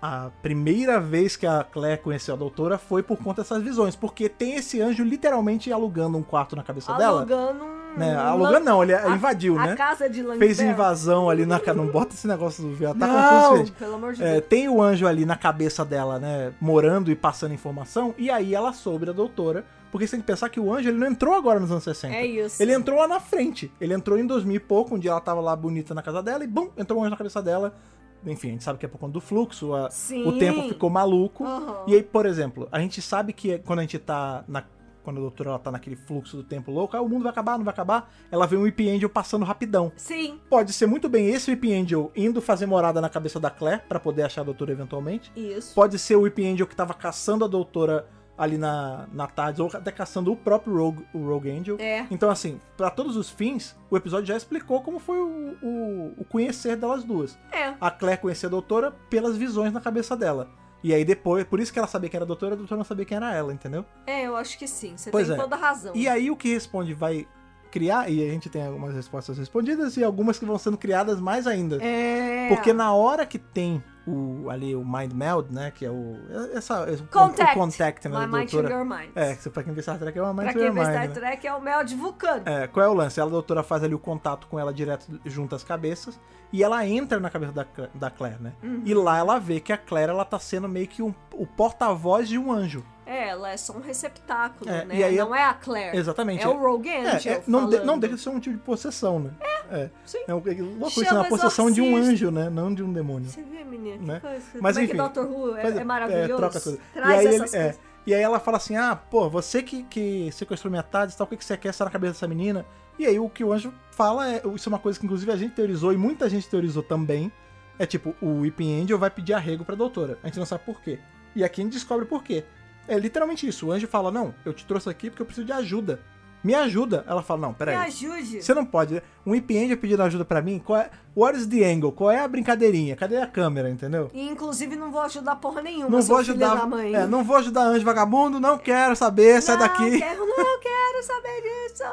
a primeira vez que a Claire conheceu a doutora foi por conta dessas visões. Porque tem esse anjo literalmente alugando um quarto na cabeça dela. Alugando um... Né? Alugando não, ele invadiu, a né? casa de Lambert. Fez invasão ali na cara. Não bota esse negócio do viado. Tá confuso, Não, gente. pelo amor de É, Deus. tem o anjo ali na cabeça dela, né? Morando e passando informação. E aí ela soube da doutora. Porque você tem que pensar que o anjo ele não entrou agora nos anos 60. É isso. Ele entrou lá na frente. Ele entrou em 2000 e pouco, um dia ela tava lá bonita na casa dela e bum, entrou um anjo na cabeça dela. Enfim, a gente sabe que é por conta do fluxo, a- Sim. o tempo ficou maluco. Aham. E aí, por exemplo, a gente sabe que quando a gente tá na. Quando a doutora ela tá naquele fluxo do tempo louco, ah, o mundo vai acabar, não vai acabar. Ela vê um Whip Angel passando rapidão. Sim, Pode ser muito bem esse Whip Angel indo fazer morada na cabeça da Claire pra poder achar a doutora eventualmente. isso. Pode ser o Whip Angel que tava caçando a doutora ali na, na tarde, ou até caçando o próprio Rogue, o Rogue Angel. É. Então, assim, pra todos os fins, o episódio já explicou como foi o, o- o conhecer delas duas. É. A Claire conhecia a doutora pelas visões na cabeça dela. E aí depois, por isso que ela sabia quem era a doutora, a doutora não sabia quem era ela, entendeu? É, eu acho que sim. Você Pois tem é. toda a razão. E aí o que responde vai criar, e a gente tem algumas respostas respondidas e algumas que vão sendo criadas mais ainda. É. Porque na hora que tem o, ali o Mind Meld, né? Que é o. Essa, esse- Contact. O contact, né? My da Mind doutora. to Your Mind. É, que pra quem vê Star Trek é uma Mind pra to quem Your vê Mind. Star né? Trek é o Mel de Vulcano. É, qual é o lance? Ela, a doutora faz ali o contato com ela direto junto às cabeças e ela entra na cabeça da, Cla- da Claire, né? Uhum. E lá ela vê que a Claire ela tá sendo meio que um- o porta-voz de um anjo. É, ela é só um receptáculo, É, né? e aí- não é a Claire. Exatamente. É o Rogue Angel. É, é, não, de- falando. não deixa de ser um tipo de possessão, né? É. Sim. É uma coisa, é Chama uma possessão de um exorcista. anjo, né? Não de um demônio. Você vê, menina, que Né? coisa. Mas, Como é enfim, que Dr. Who é, Pois é maravilhoso? troca coisa. Traz e aí essas ele- é. coisas. E aí ela fala assim: ah, pô, você que, que sequestrou minha tarde, tal, o que, que você quer? Essa na cabeça dessa menina. E aí o que o anjo fala é. Isso é uma coisa que inclusive a gente teorizou e muita gente teorizou também. É tipo, o Weeping Angel vai pedir arrego pra doutora. A gente não sabe por quê. E aqui a gente descobre por quê. É literalmente isso. O anjo fala: não, eu te trouxe aqui porque eu preciso de ajuda. Me ajuda. Ela fala: não, Me peraí. ajude. Você não pode. né? Um IP Angel pedindo ajuda pra mim, qual é. What is the angle? Qual é a brincadeirinha? Cadê a câmera, entendeu? E, incluve, não vou ajudar porra nenhuma, não seu vou filho ajudar. da mãe. é, não vou ajudar anjo vagabundo, não quero saber, sai Não, daqui. Quero, não quero saber disso.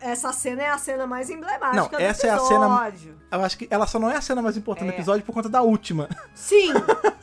Essa cena é a cena mais emblemática Não, do essa é a cena- episódio. Eu acho que ela só não é a cena mais importante É. do episódio por conta da última. (laughs) Sim,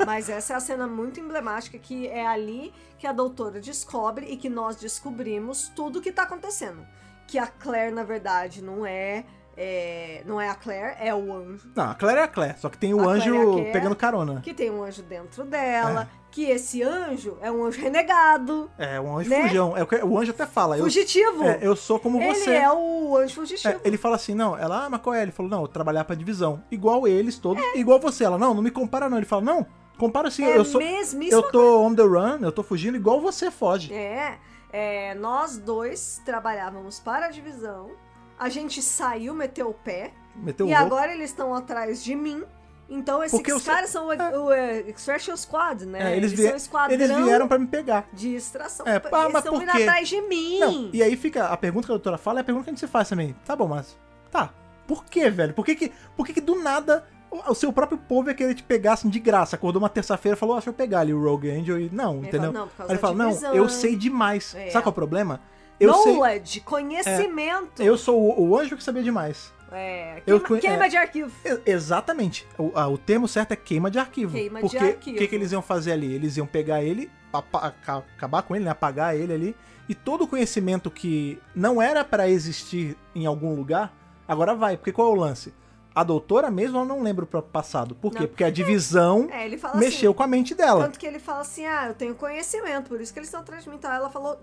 mas essa é a cena muito emblemática que é ali que a doutora descobre e que nós descobrimos tudo o que tá acontecendo. Que a Claire, na verdade, não é, é- não é a Claire, é o anjo. Não, a Claire é a Claire, só que tem o A anjo Claire é a Claire. pegando carona. Que tem um anjo dentro dela, que esse anjo é um anjo renegado, É, um anjo Né? fujão. É, o que- o anjo até fala. Eu, fugitivo. é, eu sou como Ele você. é o anjo É, fugitivo. ele fala assim, não, ela, ah, mas qual é? Ele falou, não, eu trabalhar pra divisão. Igual eles todos, igual você. Ela, não, não me compara não. Ele fala, não, compara sim, É eu sou, mesmíssima Eu tô on the run, eu tô fugindo igual você foge. É, é, nós dois trabalhávamos para a divisão, a gente saiu, meteu o pé, Meteu o e louco. agora eles estão atrás de mim. Então esses Porque eu sei- caras são o, é. o, é, Extraction Squad, né? É, eles são vie- o esquadrão Eles vieram pra me pegar. de extração. É, pá, eles mas estão por vindo quê? atrás de mim. Não, e aí fica a pergunta que a doutora fala é a pergunta que a gente se faz também. Tá bom, mas tá. Por que, velho? Por que que, por que, que do nada o, o seu próprio povo ia querer te pegar assim de graça? Acordou uma terça-feira e falou: ah, deixa eu pegar ali o Rogue Angel e não, Ele entendeu? fala, não, por causa aí ele da fala: não, divisão. eu sei demais. É. Sabe qual é o problema? Eu sei. Knowledge, conhecimento. Eu sou o, o anjo que sabia demais. É, Eu queima, conhe- queima é. de arquivo. E- Exatamente. O, a- o termo certo é queima de arquivo. Queima de porque arquivo. o que, que eles iam fazer ali? Eles iam pegar ele, apa- aca- acabar com ele, né? apagar ele ali. E todo o conhecimento que não era pra existir em algum lugar, agora vai. Porque qual é o lance? A doutora mesmo ela não lembra o próprio passado. Por quê? Não. Porque a divisão É, ele fala mexeu assim. com a mente dela. Tanto que ele fala assim: ah, eu tenho conhecimento, por isso que eles estão atrás de mim. Então ela falou: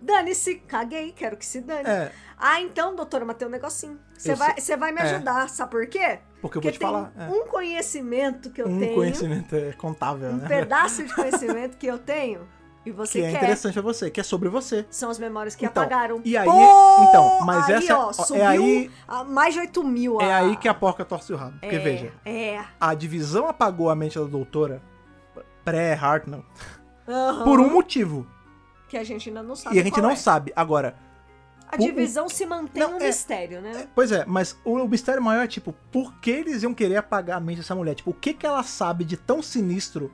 dane-se, caguei, quero que se dane. É, Ah, então, doutora, mas tem um negocinho. Você Eu vai, você vai me É. ajudar, sabe por quê? porque eu Porque vou te tem falar. é, um conhecimento que eu um tenho, conhecimento é contável, um né? pedaço de conhecimento que eu tenho, e você (laughs) Que é quer. interessante pra você, que é sobre você. São as memórias que Então, apagaram. e aí- Pô, então, mas aí, essa- ó, é subiu aí- a mais de 8 mil. É aí que a porca torce o rabo. Porque veja, tipo É. a divisão apagou a mente da doutora pré-Hartnell aham, por um motivo. Que a gente ainda não sabe. e a gente qual não é. sabe. Agora, A o- divisão se mantém Não, um é- mistério, né? pois é, mas o, o mistério maior é tipo, por que eles iam querer apagar a mente dessa mulher? Tipo, o que que ela sabe de tão sinistro?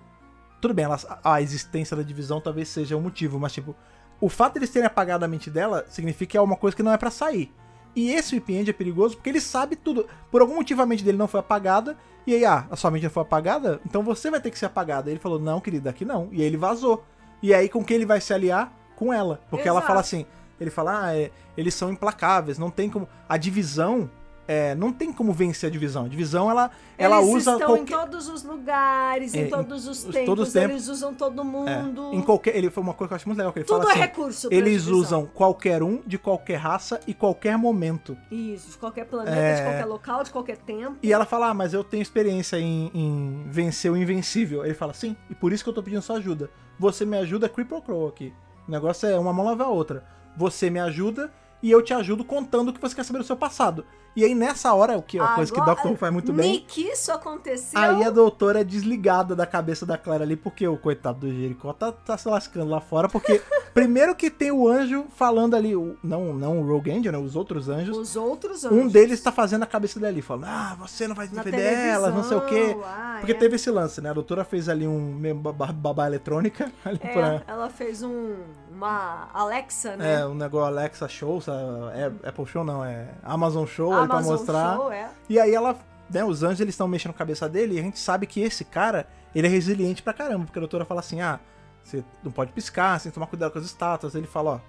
Tudo bem, ela- a a existência da divisão talvez seja o motivo, mas tipo, o fato de eles terem apagado a mente dela significa que é uma coisa que não é pra sair. E esse Whip End é perigoso porque ele sabe tudo. Por algum motivo a mente dele não foi apagada. E aí, ah, a sua mente não foi apagada? Então você vai ter que ser apagada. Ele falou, não, querida, aqui não. E aí ele vazou. E é aí com quem ele vai se aliar? Com ela. Porque ela Exato. fala assim, ele fala, ah, é, eles são implacáveis, não tem como... A divisão, é, não tem como vencer a divisão. A divisão, ela, ela eles usa... estão em qualquer- todos os lugares, em É, em todos os os- tempos, todos os tempos. É, eles usam todo mundo. Em qualquer... Ele foi uma coisa que eu acho muito legal que ele um. Tudo fala é assim... recurso. pra Eles divisão. usam qualquer um, de qualquer raça e qualquer momento. Isso, de qualquer planeta, de qualquer local, de qualquer tempo. É. E ela fala, ah, mas eu tenho experiência em, em vencer o invencível. Ele fala, sim, e por isso que eu tô pedindo sua ajuda. Você me ajuda, é Cripple Crow aqui. O negócio é uma mão lava a outra. Você me ajuda e eu te ajudo contando o que você quer saber do seu passado. E aí, nessa hora, o que é uma coisa que o Agora- Doctor Who faz muito bem, Nick, isso aconteceu. aí a doutora é desligada da cabeça da Clara ali, porque o coitado do Jericó tá, tá se lascando lá fora, (laughs) porque primeiro que tem o anjo falando ali, o- não, não o Rogue Angel, né, os outros anjos, Os outros anjos. um deles tá fazendo a cabeça dele ali, falando, ah, você não vai se Na defender dela, não sei o quê. televisão, ah, Porque é. teve esse lance, né? A doutora fez ali um mem- babá, babá eletrônica (laughs) ali É, pra. Ela fez um, uma Alexa, né? É, um negócio Alexa Show, sa- é, Apple Show não, é Amazon Show ali pra Amazon mostrar. Show, é. E aí ela né, os anjos eles estão mexendo na cabeça dele e a gente sabe que esse cara, ele é resiliente pra caramba, porque a doutora fala assim: "Ah, você não pode piscar, você tem que tomar cuidado com as estátuas". Ele fala, ó,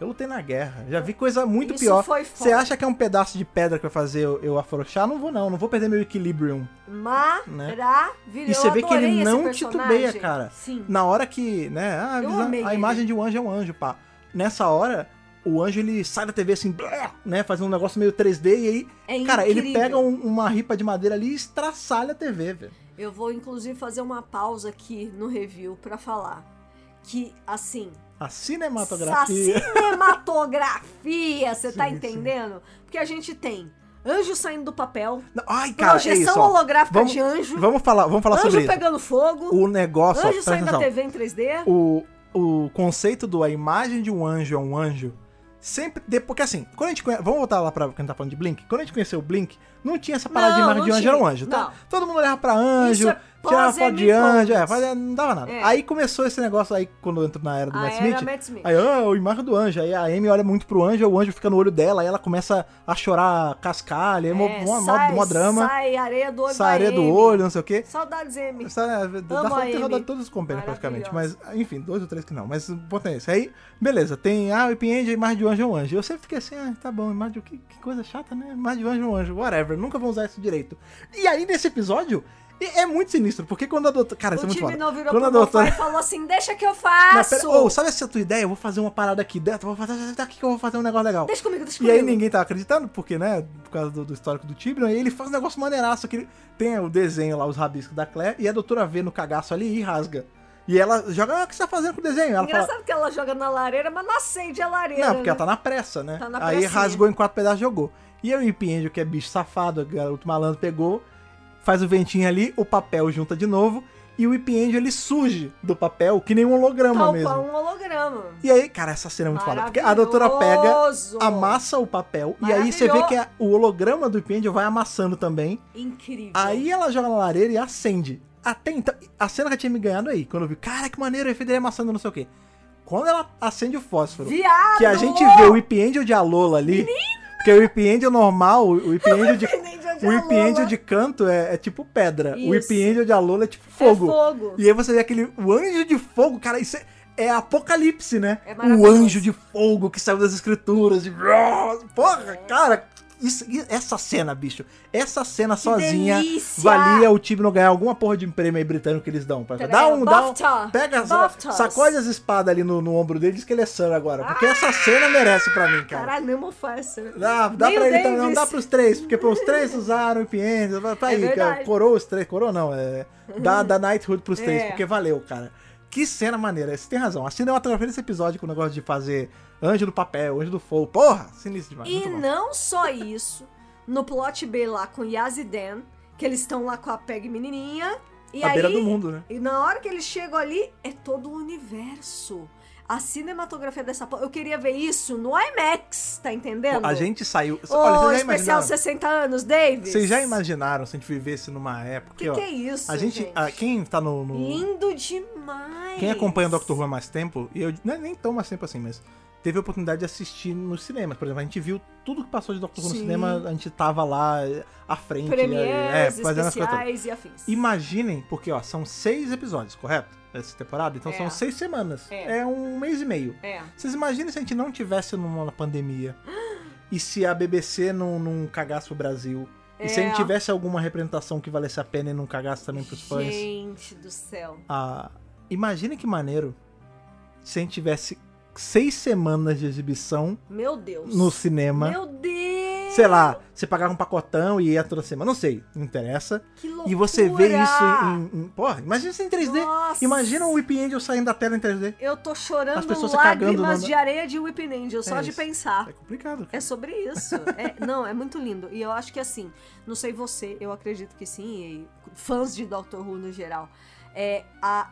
eu lutei na guerra, já vi coisa muito Isso pior. foi Você foda. acha que é um pedaço de pedra que vai fazer eu, eu afrouxar? Não vou não, não vou perder meu equilibrium. Maravilhoso. né? E você Eu vê que ele adorei esse não personagem. titubeia, cara. Sim. Na hora que, né, ah, a, Eu visão- amei a ele. imagem de um anjo é um anjo, pá. Nessa hora, o anjo ele sai da TV assim, blá, né, fazendo um negócio meio 3D e aí, É cara, ele incrível. pega um- uma ripa de madeira ali e estraçalha a TV, velho. Eu vou inclusive fazer uma pausa aqui no review pra falar que assim, A essa cinematografia. cinematografia, você tá Sim, sim. entendendo? Porque a gente tem anjo saindo do papel, Não, Ai, cara, é projeção isso, ó. holográfica Vamos- de anjo, Vamos falar, vamos falar sobre um anjo isso. pegando fogo, O negócio, ó, anjo presta saindo da atenção. TV em 3D. o, o conceito do a imagem de um anjo é um anjo sempre de- porque assim quando a gente conhe... vamos voltar lá para quem tá falando de Blink quando a gente conheceu o Blink não tinha essa parada de Não, imagem de não anjo era um tinha. anjo tá Não. todo mundo olhava pra anjo Isso é tirava foto de anjo é, pós-Emmy fazia- não dava nada É. aí começou esse negócio aí quando entra na era do Ah, Matt era Smith Matt Smith. Aí, ah, a imagem do anjo. Aí a Amy olha muito pro anjo, o anjo fica no olho dela, aí ela começa a chorar, cascalha, é mó, É, mó, mó- sai- mó drama, Sai areia do olho. sai areia da do Amy. olho, não sei o quê. Saudades, M. Essa, é, dá Amo pra a ter rodado Amy. todos os compênios, praticamente. Mas, Maravilhosa. enfim, dois ou três que não. Mas o ponto é esse. Aí, beleza, tem ah, o Happy End, a imagem de um anjo é um anjo. Eu sempre fiquei assim, ah, tá bom, imagem de que, que coisa chata, né? Imagem de um anjo é um anjo, whatever. Nunca vão usar isso direito. E aí, nesse episódio, e- é muito sinistro, porque quando a doutora. Cara, isso é O muito time foda. não virou Quando a pro doutora. doutora... pai e falou assim: deixa que eu Não, faço. pera, oh, sabe essa tua ideia? Eu vou fazer uma parada aqui dentro, vou fazer. Aqui que eu vou fazer um negócio legal. Deixa comigo, deixa E comigo. aí ninguém tava acreditando, porque, né, por causa do, do histórico do Tibrion, aí ele faz um negócio maneiraço, que ele tem é, o desenho lá, os rabiscos da Claire, e a doutora vê no cagaço ali e rasga. E ela joga, ah, o que você tá fazendo com o desenho? Ela Engraçado fala, que ela joga na lareira, mas não acende a lareira. não, porque né? ela tá na pressa, né? Tá na aí pressinha. rasgou em quatro pedaços e jogou. E aí o Ip Angel, que é bicho safado, garoto malandro, pegou, faz o ventinho ali, o papel junta de novo, e o Ip Angel, ele surge do papel, que nem um holograma Tal mesmo. qual um holograma. E aí, cara, essa cena é muito foda, porque a doutora pega Maravilhoso. amassa o papel e aí você vê Maravilhoso. que a- o holograma do Ipendio vai amassando também. Incrível. Aí ela joga na lareira e acende. Até então, a cena que eu tinha me ganhado aí, quando eu vi, cara, que maneiro, o efeito dele amassando não sei o quê. Quando ela acende o fósforo, Viado! que a gente vê o Whip Angel de Alola ali, porque o Whip Angel normal, o Whip Angel (laughs) de, o Whip Angel de canto é, é tipo pedra, o Whip Isso. Angel de Alola é tipo É fogo. fogo. E aí você vê aquele o anjo de fogo, cara, isso é, é apocalipse, né? É o maravilhoso. anjo de fogo que saiu das escrituras. de- Porra, É. cara, isso- essa cena, bicho, essa cena sozinha delícia! valia o time não ganhar alguma porra de um prêmio aí britânico que eles dão. Pra... Dá um, dá um. BAFTA. Pega as, BAFTAs. Ah! sacode assim, as espadas ali no, no ombro dele e diz que ele é Sam agora. Porque essa cena merece pra mim, cara. é Caralho, nem Mufasa. Dá, dá Nem pra o ele também, não Davis. dá pros três, porque pros três usaram o Pienza, vai pra É aí, cara, verdade. coroa os três, coroa não, é, (laughs) dá, dá Knighthood pros três, É. porque valeu, cara. Que cena maneira, você tem razão, a cinematografia desse episódio com o negócio de fazer anjo do papel, anjo do fogo, porra, sinistro demais, E muito bom. não só isso, no plot B lá com Yaz e Dan, que eles estão lá com a Peg menininha, e a aí beira do mundo, né? E na hora que eles chegam ali, é todo o universo. A cinematografia dessa porra. Eu queria ver isso no IMAX, tá entendendo? A gente saiu, Ô, olha, vocês já especial imaginaram, 60 anos, Davis. vocês já imaginaram se a gente vivesse numa época, O que, ó, que é isso? a gente, ah, quem tá no... no- Lindo demais. Quem acompanha o Doctor Who há mais tempo, e eu né, nem tão mais tempo assim, mas teve a oportunidade de assistir nos cinemas. Por exemplo, a gente viu tudo que passou de Doctor Who no Sim. cinema, a gente tava lá eh, à frente, eh, Premiers, todas. especiais e afins. Imaginem, porque ó, são seis episódios, correto? Essa temporada, então É. são seis semanas. É. É. um mês e meio. É. Vocês imaginem se a gente não tivesse numa (gasps) pandemia. E se a BBC não, não cagasse o Brasil? E se a É. gente tivesse alguma representação que valesse a pena e não cagasse também pros fãs? Gente do céu. Ah, imagina que maneiro se a gente tivesse seis semanas de exibição Meu Deus. no cinema. Meu Deus. Sei lá, você pagava um pacotão e ia toda semana, não sei, não interessa. Que loucura. E você vê isso em. em- porra, imagina isso em 3D. Nossa. Imagina o Whip Angel saindo da tela em 3D. Eu tô chorando As pessoas se cagando lágrimas no- de areia de Whipping Angel, só É de isso. pensar. É complicado. É sobre isso. É- não, é muito lindo. E eu acho que assim, não sei você, eu acredito que sim, e fãs de Doctor Who no geral, é a,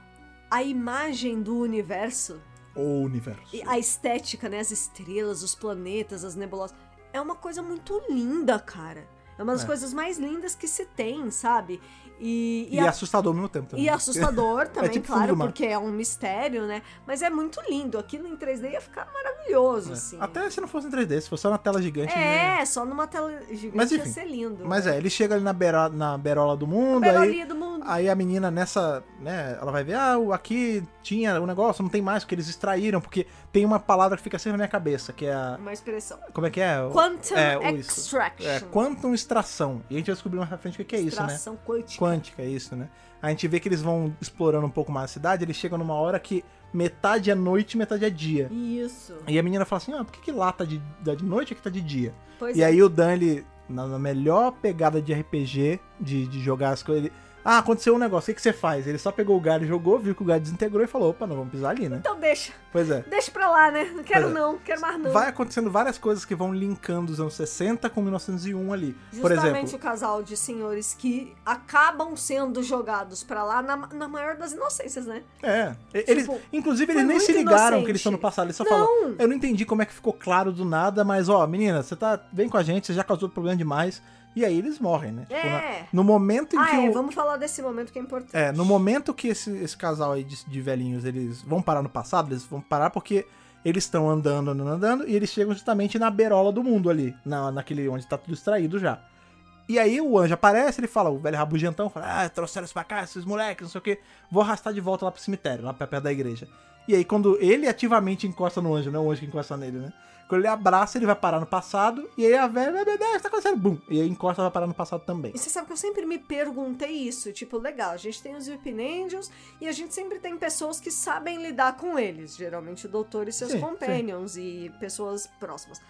a imagem do universo, O universo. e a estética, né? As estrelas, os planetas, as nebulosas. É uma coisa muito linda, cara. É uma das É. coisas mais lindas que se tem, sabe? E, E, E, é assustador ao mesmo tempo também. e (laughs) assustador também, tipo fundo claro, do mar. porque é um mistério, né? Mas é muito lindo. Aquilo em 3D ia ficar maravilhoso, assim. É. Até se não fosse em 3D, se fosse só na tela gigante. né? É, só numa tela gigante Mas ia enfim, ser lindo. Mas é, ele chega ali na, beira, na berola do mundo, aí, Ah. Perolinha do mundo. aí a menina nessa, né, ela vai ver, ah, o- aqui tinha um negócio, não tem mais, porque eles extraíram, porque tem uma palavra que fica sempre na minha cabeça, que é a... Uma expressão. Como é que é? O- Quantum é, o- isso. extraction. É, quantum extração. E a gente vai descobrir mais pra frente o que que é isso, né? Extração quântica. quântica, é isso, né? A gente vê que eles vão explorando um pouco mais a cidade, eles chegam numa hora que metade é noite, metade é dia. Isso. E a menina fala assim, ah, por que, que lá tá de, tá de noite e aqui tá de dia? Pois e é. aí o Dan, ele, na, na melhor pegada de RPG, de, de jogar as coisas, ele... Ah, aconteceu um negócio, o que, que você faz? Ele só pegou o galho, jogou, viu que o galho desintegrou e falou, opa, não vamos pisar ali, né? Então deixa. Pois é. Deixa pra lá, né? Não quero Pois é. não, não quero mais não. Vai acontecendo várias coisas que vão linkando os anos 60 com 1901 ali. Por Justamente exemplo, o casal de senhores que acabam sendo jogados pra lá na, na maior das inocências, né? É. E- Eles, Tipo, inclusive, foi eles nem se muito ligaram inocente. que eles estão no passado. Eles só Não. falam, eu não entendi como é que ficou claro do nada, mas ó, menina, você tá. Vem com a gente, você já causou problema demais. E aí eles morrem, né? Tipo, na- É. no momento em Ah, que é, o- vamos falar desse momento que é importante. é, no momento que esse, esse casal aí de, de velhinhos, eles vão parar no passado, eles vão parar porque eles estão andando, andando, andando, e eles chegam justamente na berola do mundo ali, na, naquele onde tá tudo extraído já. E aí o anjo aparece, ele fala, o velho rabugentão, fala, ah, trouxeram isso pra cá, esses moleques, não sei o quê, vou arrastar de volta lá pro cemitério, lá pra perto da igreja. E aí quando ele ativamente encosta no anjo, não é o anjo que encosta nele, né? Quando ele abraça, ele vai parar no passado, e aí a velha, meu Deus, o que tá acontecendo? Bum! E aí encosta, vai parar no passado também. E você sabe que eu sempre me perguntei isso. Tipo, legal, a gente tem os Whipnangels e a gente sempre tem pessoas que sabem lidar com eles. Geralmente o doutor e seus Sim, companions e pessoas próximas.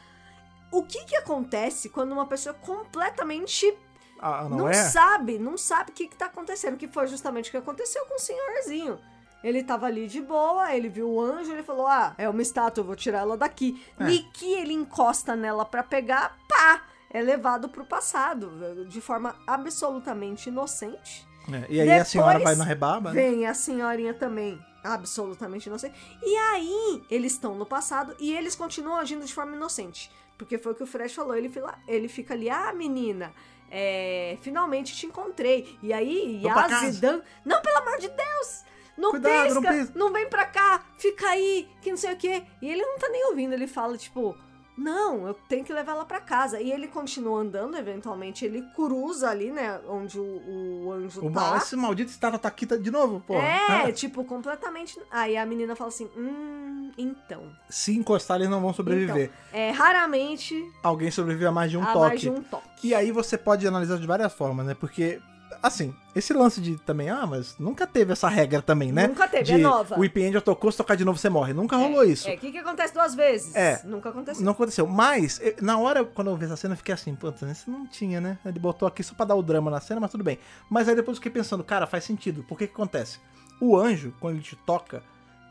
O que que acontece quando uma pessoa é completamente Ah, não, sabe, não sabe o que, que tá acontecendo? Que foi justamente o que aconteceu com o senhorzinho. Ele tava ali de boa, ele viu o anjo, ele falou: Ah, é uma estátua, eu vou tirar ela daqui. É. E que ele encosta nela pra pegar, pá! É levado pro passado, de forma absolutamente inocente. É, e aí a Depois senhora vai na rebarba, né? Vem a senhorinha também, absolutamente inocente. E aí, eles estão no passado e eles continuam agindo de forma inocente. Porque foi o que o Fred falou, ele, fila- ele fica ali, ah, menina, é, finalmente te encontrei. E aí, Vou pra Yaz casa. e Dan, não, pelo amor de Deus, não Cuidado, pisca, não não, pisca." vem pra cá, fica aí, que não sei o quê. E ele não tá nem ouvindo, ele fala, tipo... Não, eu tenho que levar ela pra casa. E ele continua andando, eventualmente ele cruza ali, né? Onde o, o anjo O tá. mal, esse maldito estátua tá aqui tá- de novo, pô. (laughs) É, tipo, completamente. Aí a menina fala assim: hum, então. Se encostar, eles não vão sobreviver. É, raramente Alguém sobrevive a mais de um há toque. mais de um toque. E aí você pode analisar de várias formas, né? Porque, assim, esse lance de também, ah, mas nunca teve essa regra também, né? Nunca teve, de, é nova. O Whip Angel tocou, se tocar de novo, você morre. Nunca rolou isso. É, o que, que acontece duas vezes? É. Nunca aconteceu. Não aconteceu. Mas, eu- na hora, quando eu vi essa cena, eu fiquei assim, puta, isso não tinha, né? Ele botou aqui só pra dar o drama na cena, mas tudo bem. Mas aí depois eu fiquei pensando, cara, faz sentido. Por que que acontece? O anjo, quando ele te toca,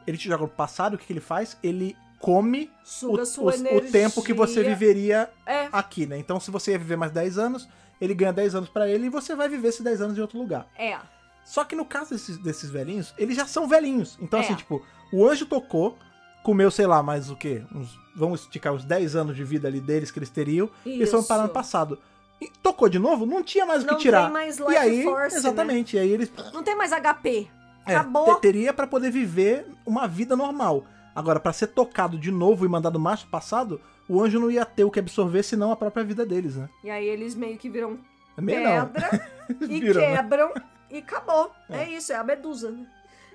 ele te joga no passado, o que que ele faz? Ele come o, Suga sua o- o energia. tempo que você viveria É. aqui, né? Então, se você ia viver mais 10 anos, ele ganha 10 anos pra ele e você vai viver esses 10 anos em outro lugar. É. Só que no caso desses, desses velhinhos, eles já são velhinhos. Então, É. assim, tipo, o anjo tocou, comeu, sei lá, mais o quê? Uns, vamos esticar uns 10 anos de vida ali deles que eles teriam. E eles foram Isso. parar no passado. E tocou de novo, não tinha mais o que Não tirar. tem mais e life aí, force. né? exatamente, e aí eles Não tem mais HP. é, Acabou. te- teria pra poder viver uma vida normal. Agora, pra ser tocado de novo e mandado mais pro passado, o anjo não ia ter o que absorver senão a própria vida deles, né? E aí eles meio que viram É meio não. (laughs) pedra e Viram, né? quebram e acabou. É. isso, é a medusa, né?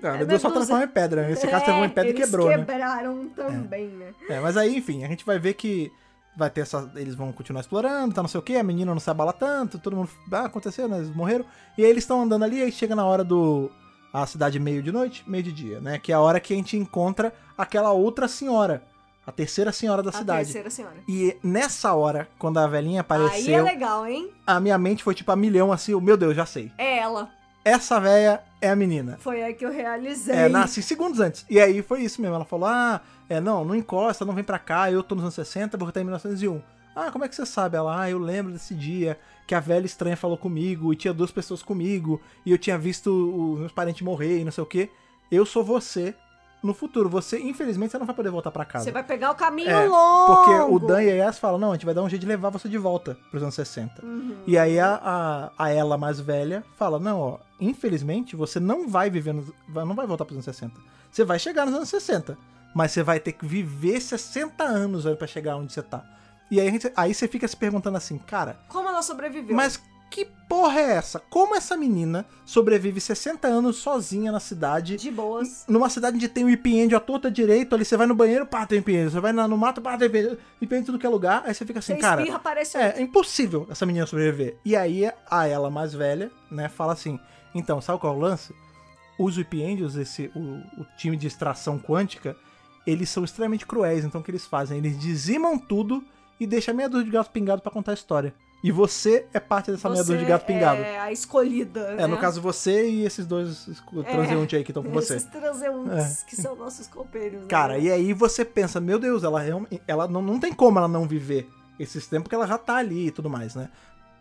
Não, É Ah, meu Deus só medusa. É, transforma em pedra. né? Nesse caso, transformou em pedra e eles quebrou, né? quebraram também, né? É, mas aí, enfim, a gente vai ver que vai ter essa. Eles vão continuar explorando, tá não sei o que, a menina não se abala tanto, todo mundo. Ah, aconteceu, né? Eles morreram. E aí eles estão andando ali, aí chega na hora do. A cidade meio de noite, meio de dia, né? Que é a hora que a gente encontra aquela outra senhora. A terceira senhora da a cidade. terceira senhora. E nessa hora, quando a velhinha Aí é apareceu, legal, hein? a minha mente foi tipo a milhão assim, o meu Deus, já sei. É ela. Essa velha é a menina. Foi aí que eu realizei. É, nasce segundos antes. E aí foi isso mesmo. Ela falou: Ah, é, não, não encosta, não vem pra cá, eu tô nos anos 60, vou estar em 1901. Ah, como é que você sabe? Ela, ah, eu lembro desse dia que a velha estranha falou comigo, e tinha duas pessoas comigo, e eu tinha visto os meus parentes morrer e não sei o quê. Eu sou você no futuro. Você, infelizmente, você não vai poder voltar pra casa. Você vai pegar o caminho É, longo. Porque o Dan e a Yas falam, não, a gente vai dar um jeito de levar você de volta pros anos 60. Uhum. E aí a, a, a ela mais velha fala, não, ó, infelizmente você não vai viver, nos, vai- não vai voltar pros anos 60. Você vai chegar nos anos 60, mas você vai ter que viver 60 anos aí pra chegar onde você tá. E aí, a gente- aí você fica se perguntando assim, cara, Como ela sobreviveu? mas que porra é essa? Como essa menina sobrevive 60 anos sozinha na cidade De boas. numa cidade onde tem um o happy end à torta direito, ali você vai no banheiro, pá, tem um happy end. Você vai na- no mato, pá, tem um happy end. Happy end em tudo que é lugar. Aí você fica assim, Você cara. espirra, parece um- É, é impossível essa menina sobreviver. E aí a ela mais velha, né, fala assim: então, sabe qual é o lance? Os Whip Angels, esse, o, o time de extração quântica, eles são extremamente cruéis. Então o que eles fazem? Eles dizimam tudo e deixam meia dúzia de gato pingado pra contar a história. E você é parte dessa meia Você dúzia de gato pingado. É a escolhida. né? É, no caso você e esses dois escu- É. transeuntes aí que (laughs) estão com você. É. Esses transeuntes que são nossos companheiros. né? Cara, e aí você pensa, meu Deus, ela, realme- ela não, não tem como ela não viver esses tempos porque ela já tá ali e tudo mais, né?